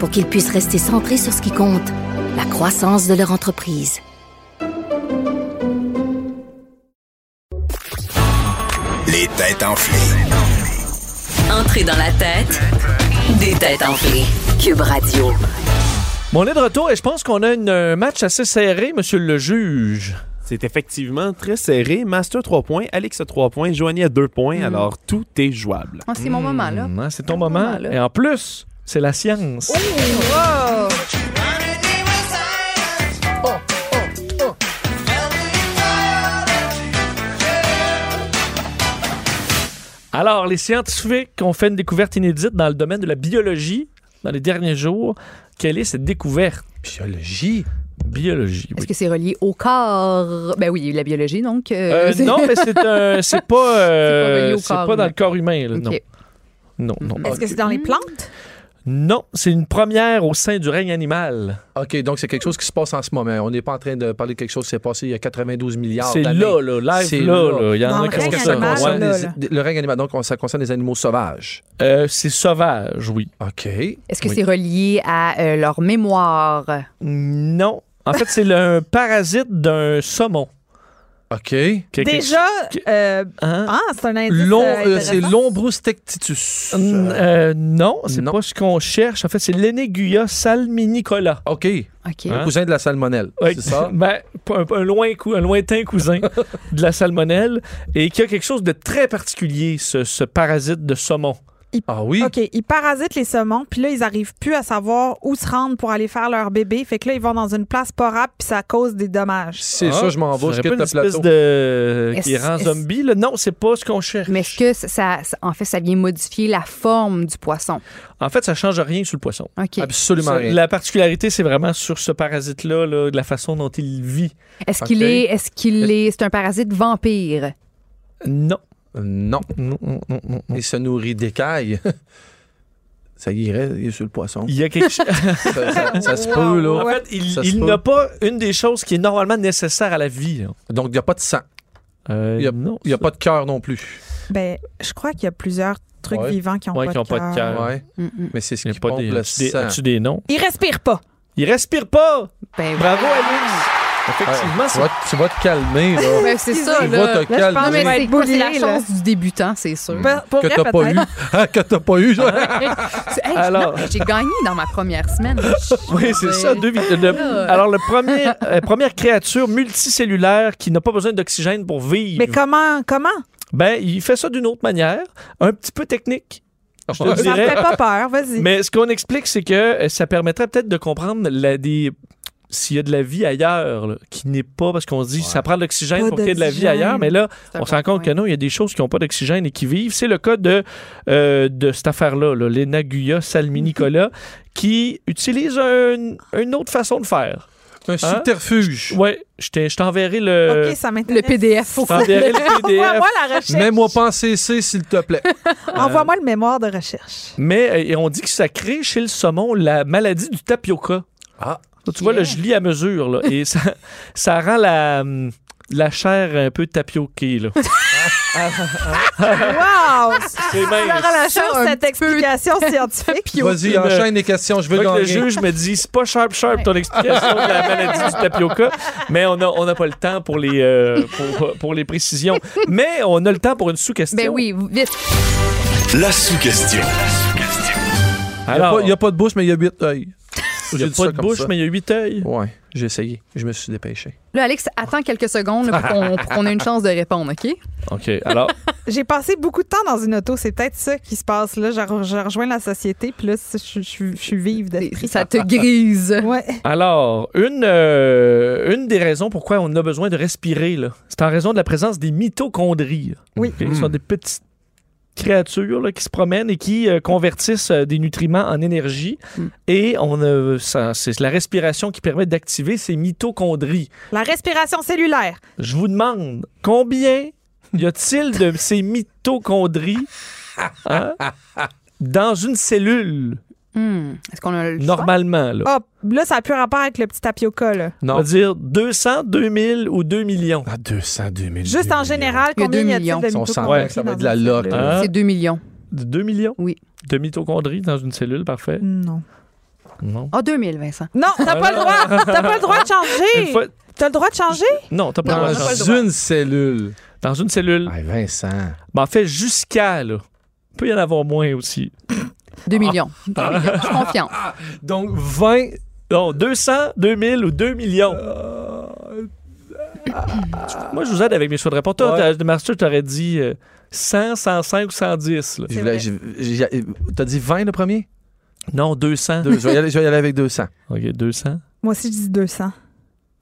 S12: pour qu'ils puissent rester centrés sur ce qui compte, la croissance de leur entreprise.
S2: Les têtes enflées.
S1: Entrée dans la tête des têtes enflées. Cube Radio.
S3: Bon, on est de retour et je pense qu'on a une- un match assez serré, monsieur le juge.
S8: C'est effectivement très serré. Master 3 points, Alex a 3 points, Joanie a 2 points. Alors, tout est jouable.
S5: Ah, c'est mon moment, là.
S3: Hum, hein, c'est ton moment.
S5: moment, là. Oh,
S3: Et en plus, c'est la science. Alors, les scientifiques ont fait une découverte inédite dans le domaine de la biologie dans les derniers jours. Quelle est cette découverte?
S4: Biologie.
S3: Biologie, oui.
S5: Est-ce que c'est relié au corps? Ben oui, la biologie, donc. euh,
S3: Euh, non, mais c'est un- c'est pas, euh,
S5: C'est pas relié au
S3: c'est
S5: corps
S3: pas dans
S5: humain.
S3: le corps humain, là,
S5: OK.
S3: non.
S4: Mm-hmm.
S3: Non, non.
S6: Est-ce que c'est dans les plantes?
S3: Non, c'est une première au sein du règne animal.
S4: OK, donc c'est quelque chose qui se passe en ce moment. On n'est pas en train de parler de quelque chose qui s'est passé il y a 92 milliards
S3: C'est
S4: d'années.
S3: là, là, live
S4: Ah, ben, C'est
S3: là,
S4: là.
S3: là. Il y en
S6: Dans
S3: a
S6: le
S3: qui
S4: Est-ce
S3: font
S4: que
S6: règne
S4: ça
S3: ça.
S6: animal,
S4: concerne
S6: là,
S4: des-
S6: là.
S4: des- le règne animal? Donc, on- ça concerne les animaux sauvages.
S3: Euh, c'est sauvage, oui.
S4: OK.
S5: Est-ce que
S4: Oui.
S5: c'est relié à euh, leur mémoire?
S3: Non. En fait, c'est le- un parasite d'un saumon.
S4: OK.
S3: Que- que-
S6: Déjà, euh,
S3: Hein?
S6: ah, c'est un indice.
S4: Long-
S6: euh,
S4: euh, c'est
S6: intéressant.
S4: l'ombrus tectitus.
S3: N- euh, non, c'est
S4: Non.
S3: pas ce qu'on cherche. En fait, c'est l'Eneguia salminicola.
S4: OK.
S5: OK.
S3: Hein?
S4: Un cousin de la salmonelle.
S3: Ouais,
S4: C'est ça?
S3: ben, un, un loin cou- un lointain cousin de la salmonelle et qui a quelque chose de très particulier, ce, ce parasite de saumon.
S4: Ah oui?
S6: OK, ils parasitent les saumons, puis là, ils arrivent plus à savoir où se rendre pour aller faire leur bébé. Fait que là, ils vont dans une place porable, puis ça cause des dommages.
S3: Ah,
S4: C'est ça, je m'en vais, je
S3: C'est
S4: quitte
S3: une
S4: le
S3: espèce
S4: plateau.
S3: de... qui
S5: Est-ce-
S3: rend
S5: est-ce-
S3: zombie. là. Non, c'est pas ce qu'on cherche.
S5: Mais est-ce que ça, ça- en fait, ça vient modifier la forme du poisson?
S3: En fait, ça change rien sur le poisson.
S5: OK.
S4: Absolument
S3: Ça-
S4: rien.
S3: La particularité, c'est vraiment sur ce parasite-là, là, de la façon dont il vit.
S5: Est-ce qu'il
S4: OK.
S5: est, est-ce qu'il est, c'est un parasite vampire?
S3: Non.
S4: Non.
S3: Non, non, non, non, non.
S4: Il se nourrit d'écailles. ça irait, il est sur le poisson.
S3: Il y a quelque chose.
S4: ça, ça- ça se peut, là.
S3: En fait, il,
S4: Ça se
S3: il
S4: peut.
S3: n'a pas une des choses qui est normalement nécessaire à la vie. là.
S4: Donc, il n'y a pas de sang.
S3: Euh,
S4: Il y a-
S3: non,
S4: Il n'y a
S3: ça-
S4: pas de cœur non plus.
S6: Ben, je crois qu'il y a plusieurs trucs
S4: Ouais.
S6: vivants qui n'ont
S3: Ouais, qui
S6: pas,
S3: ont pas de cœur.
S4: Ouais.
S5: Mm-mm.
S4: Mais c'est ce
S3: Euh, il y a
S4: qui
S3: pas
S4: pompe
S3: des,
S4: le
S3: as-tu des-
S4: sang.
S3: as-tu des noms?
S6: Ils respirent pas.
S3: Il respire pas.
S5: Ben
S3: Bravo,
S5: ouais.
S3: Alex.
S5: Ah,
S3: Effectivement,
S4: tu, vas, tu vas te calmer, là.
S5: Ben, c'est ça,
S4: tu
S5: là.
S4: vas te calmer.
S5: Non, mais
S6: va
S5: c'est-
S6: être
S5: c'est la
S6: boulé,
S5: chance du débutant, c'est sûr.
S4: Hmm.
S3: Ben,
S4: que t'as pas eu. Hein, que t'as pas eu. genre.
S5: C'est- hey,
S3: Alors-
S5: non, J'ai gagné dans ma première semaine.
S3: Oui,
S5: ben,
S3: c'est ça. deux vi- le-
S5: Ah.
S3: alors, le premier, euh, première créature multicellulaire qui n'a pas besoin d'oxygène pour vivre,
S6: Mais comment? Comment?
S3: ben, il fait ça d'une autre manière, un petit peu technique. Je te
S6: Ça me
S3: dirais.
S6: fait pas peur, vas-y.
S3: Mais ce qu'on explique, c'est que euh, ça permettrait peut-être de comprendre la, des s'il y a de la vie ailleurs, là, qui n'est pas parce qu'on se dit ça prend de l'oxygène
S6: Pas
S3: pour qu'il y ait de la vie
S6: d'oxygène.
S3: ailleurs, mais là,
S5: un
S3: on se
S5: bon
S3: rend compte que
S5: point.
S3: non, il y a des choses qui n'ont pas d'oxygène et qui vivent. C'est le cas de, euh, de cette affaire-là, là, l'Enaguya
S6: Mm-hmm.
S3: salminicola, qui utilise un- une autre façon de faire.
S4: C'est un subterfuge.
S3: Hein? Ouais, je t'ai- je t'enverrai le.
S4: euh,
S6: OK, ça
S5: Le
S6: m'intéresse.
S5: PDF, faut
S3: je t'enverrai le PDF.
S6: Envoie-moi la recherche.
S4: Mets-moi pas en CC, s'il te plaît.
S6: Envoie-moi le mémoire de recherche.
S3: Mais euh, et on dit que ça crée chez le saumon la maladie du tapioca.
S4: Ah.
S3: Donc, tu vois, là, je lis à mesure. Là, et ça, ça rend la, hum, la chair un peu tapioquée. Là.
S6: Wow!
S3: C'est mince.
S6: Sur
S5: un
S6: cette explication scientifique.
S4: Vas-y,
S3: aucune-
S4: enchaîne les questions, je
S3: Je
S4: veux
S3: veux que le
S4: gagner.
S3: juge me dit c'est pas sharp sharp ton explication de la maladie du tapioca, mais on n'a on a pas le temps pour les, euh, pour, pour les précisions. Mais on a le temps pour une sous-question.
S5: Ben oui, vite.
S2: La sous-question.
S4: Il n'y a,
S3: Alors,
S4: pas- il y a pas de bouche, mais il y a huit œils.
S3: il y a
S4: J'ai dit ça
S3: pas de
S4: comme
S3: bouche,
S4: ça.
S3: mais il y a huit œils.
S4: Ouais, j'ai essayé. Je me suis dépêché.
S5: Là, Alex, attends quelques secondes là, pour qu'on pour qu'on ait une chance de répondre, OK?
S3: OK, alors,
S6: J'ai passé beaucoup de temps dans une auto. C'est peut-être ça qui se passe. Là, je, re- je rejoins la société, puis là, je, je- je- je suis vive d'esprit.
S5: Ça te grise.
S6: Ouais.
S3: alors une, euh, une des raisons pourquoi on a besoin de respirer, là, c'est en raison de la présence des mitochondries.
S6: Oui.
S3: Ok, Ce sont des petites créatures là, qui se promènent et qui euh, convertissent euh, des nutriments en énergie. Et on a- ça- c'est la respiration qui permet d'activer ces mitochondries.
S6: La respiration cellulaire.
S3: Je vous demande, combien y a-t-il de ces mitochondries hein, dans une cellule,
S5: Hmm. Est-ce qu'on a le choix?
S3: normalement? Là?
S6: Hop, Ah, là, ça a plus rapport avec le petit tapioca. là.
S3: On va dire 200, 2000 ou 2 millions.
S4: Ah, 202 000.
S6: Juste en général,
S5: Il y a
S6: combien
S5: deux
S6: y a-t-il de
S5: millions.
S4: On sent
S6: mitochondries
S4: bien que ça va
S6: dans
S4: être de la
S6: une
S4: loque.
S6: cellule?
S3: Hein?
S5: C'est 2 millions.
S3: 2 millions?
S5: Oui.
S3: De mitochondries dans une cellule, parfait.
S6: Non.
S3: Non.
S5: Ah, 2000, Vincent.
S6: Non, t'as pas le droit. T'as pas le droit de
S3: Une
S6: changer.
S3: fois-
S6: T'as le droit de changer?
S3: Non, t'as pas le droit de changer.
S4: Dans une cellule.
S3: Dans une cellule.
S4: Ah, Vincent.
S3: Ben, en fait, jusqu'à, là. Il peut y en avoir moins aussi. Ah.
S5: 2 millions. 2 millions. Je suis confiante.
S4: Donc, 20.
S3: Non, 200, 2000 ou 2 millions. Euh, Moi, je vous aide avec mes choix de réponse. Toi,
S4: Ouais.
S3: t'as- de Master, t'aurais dit euh, 100, 105 ou 110. là.
S4: Je voulais- je- j'ai- T'as dit 20 le premier?
S3: Non, 200.
S4: Deux. je, vais y aller, je vais y aller avec 200.
S3: OK, 200.
S6: Moi aussi, je dis 200.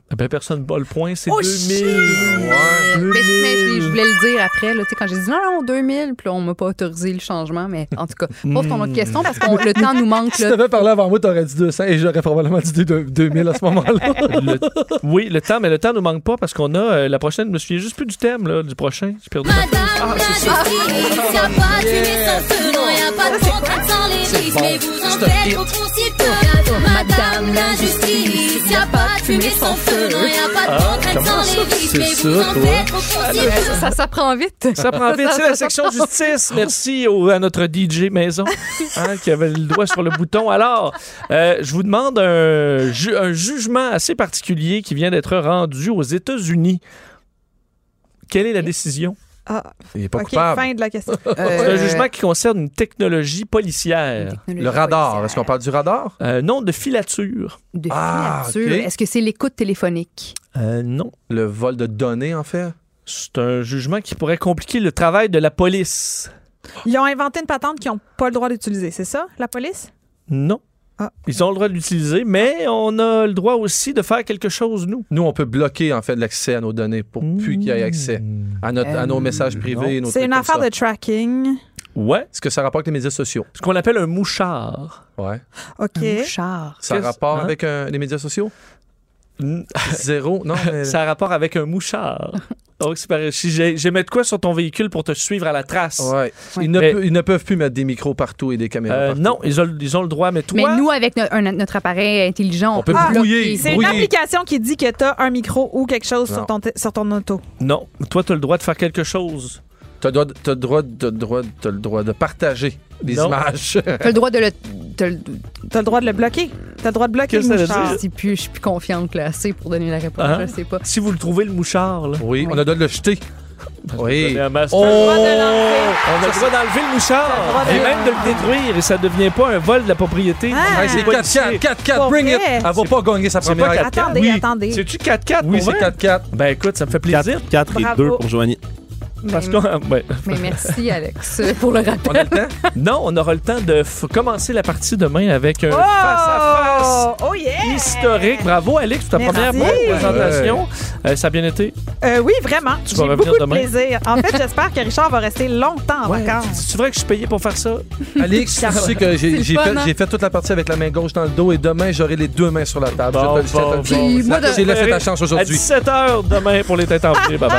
S3: Ah Ben, personne bat le point, c'est
S5: Oh,
S3: 2000.
S5: shit! Mais, mais je je voulais le dire après, là, tu sais, quand j'ai dit non, non, 2000, puis là, on m'a pas autorisé le changement, mais en tout cas, pose
S4: Hmm.
S5: ton autre question parce que le temps nous manque.
S4: Si
S5: Là.
S4: t'avais parlé avant moi, t'aurais dit 200 et j'aurais probablement dit 2000 à ce moment-là.
S3: Le- oui, le temps, mais le temps nous manque pas parce qu'on a euh, la prochaine. Je me souviens juste plus du thème là, du prochain. J'ai perdu.
S1: Ah, Madame la justice, y a pas de fumée sans feu, non, Ah, y a pas de contrainte sans légis, mais vous en faites au possible.
S5: Ça, ça s'apprend vite.
S4: Euh,
S3: Ça prend vite, c'est la section justice. Merci au- à notre DJ Maison hein, qui avait le doigt sur le bouton. Alors, euh, je vous demande un, ju- un jugement assez particulier qui vient d'être rendu aux États-Unis. Quelle est la décision?
S6: Ah,
S4: Il est pas
S6: OK,
S4: coupable.
S6: fin de la question.
S3: C'est un jugement qui concerne une technologie policière.
S4: Le radar. Est-ce qu'on parle du radar?
S3: Euh, non, de filature.
S5: de
S4: Ah,
S5: filature?
S4: ok.
S5: Est-ce que c'est l'écoute téléphonique?
S3: Euh, non.
S4: Le vol de données, en fait?
S3: C'est un jugement qui pourrait compliquer le travail de la police.
S6: Ils ont inventé une patente qu'ils n'ont pas le droit d'utiliser, c'est ça, la police?
S3: Non.
S6: Ah.
S3: Ils ont le droit de l'utiliser,
S4: Ah.
S3: mais on a le droit aussi de faire quelque chose, nous.
S4: Nous, on peut bloquer, en fait, l'accès à nos données pour plus qu'il y ait accès
S3: Hmm.
S4: à, notre- à nos messages privés. nos
S6: Mmh. Euh, C'est
S4: trucs
S6: une
S4: comme
S6: affaire
S4: ça.
S6: de tracking.
S3: Ouais.
S4: Est-ce que ça rapporte les médias sociaux?
S3: Ce qu'on appelle un mouchard.
S4: Ouais.
S6: OK.
S5: Char.
S4: Ça a
S3: Qu'est-ce-
S4: rapport
S3: hein?
S4: avec euh, les médias sociaux? Hmm, Zéro? Non, mais...
S3: Ça a rapport avec un mouchard. Donc, c'est pareil. Si j'ai j'ai mettre quoi sur ton véhicule pour te suivre à la trace?
S4: Ouais. Ils, ne
S3: Mais-
S4: peu- ils ne peuvent plus mettre des micros partout et des caméras
S3: Euh,
S4: partout.
S3: non, ils ont, ils ont le droit, mais toi...
S5: Mais nous, avec no- un- notre appareil intelligent, on,
S4: On peut
S6: Ah,
S4: brouiller.
S6: C'est une
S4: brouiller.
S6: application qui dit que tu as un micro ou quelque chose sur
S4: Non.
S6: ton, t- sur ton auto.
S3: Non, toi, tu as le droit de faire quelque chose.
S4: T'as le droit, de- t'as le droit, de- t'as le droit, de- t'as le droit de partager des
S6: Non.
S4: images.
S5: T'as le droit de le. T'as le-
S6: T'as le droit de le bloquer. T'as le droit de bloquer
S4: Qu'est-ce
S6: le
S4: que ça veut
S6: mouchard.
S5: Je suis plus, je suis plus confiante là, assez pour donner la réponse.
S4: Hein?
S5: Je sais pas.
S3: Si vous le trouvez, le mouchard, là.
S4: Oui, on a le droit de le jeter. Oui.
S3: master.
S4: Oh!
S3: On a le droit d'enlever le mouchard
S4: droit
S3: et
S4: de-
S3: même de le détruire et ça devient pas un vol de la propriété.
S4: Ouais, Ah! c'est 4-4, 4-4, bring it! Ah, Elle va pas gagner sa
S3: C'est
S4: première.
S3: pas 4-4.
S6: Attendez, attendez.
S3: C'est-tu 4-4
S4: Oui,
S3: pour
S4: c'est
S3: vrai?
S4: 4-4.
S3: Ben écoute, ça me fait plaisir.
S8: 4 et
S5: Bravo.
S8: 2 pour Joanie.
S3: Parce
S5: Mais-
S3: qu'on. ouais.
S5: Mais merci, Alex, pour le rappel.
S3: Non, on aura le temps de f- commencer la partie demain avec un face-à-face
S6: Oh yeah!
S3: historique. Bravo, Alex, pour ta
S6: Merci.
S3: première bonne présentation. Euh, ça a bien été.
S6: Euh, oui, vraiment. J'ai
S3: vas
S6: beaucoup
S3: revenir
S6: de
S3: demain?
S6: plaisir. En fait, j'espère que Richard va rester longtemps en vacances.
S3: C'est vrai que je suis payé pour faire ça?
S4: Alex, tu sais que
S6: C'est
S4: j'ai
S6: le
S4: j'ai
S6: fun,
S4: fait,
S6: hein?
S4: j'ai fait toute la partie avec la main gauche dans le dos et demain, j'aurai les deux mains sur la table.
S3: Ah, Bon,
S4: Je te- je te-
S3: bon,
S4: je te-
S3: bon.
S4: J'ai laissé ta chance
S3: À
S4: aujourd'hui.
S3: 17h demain pour les têtes en Bye bye.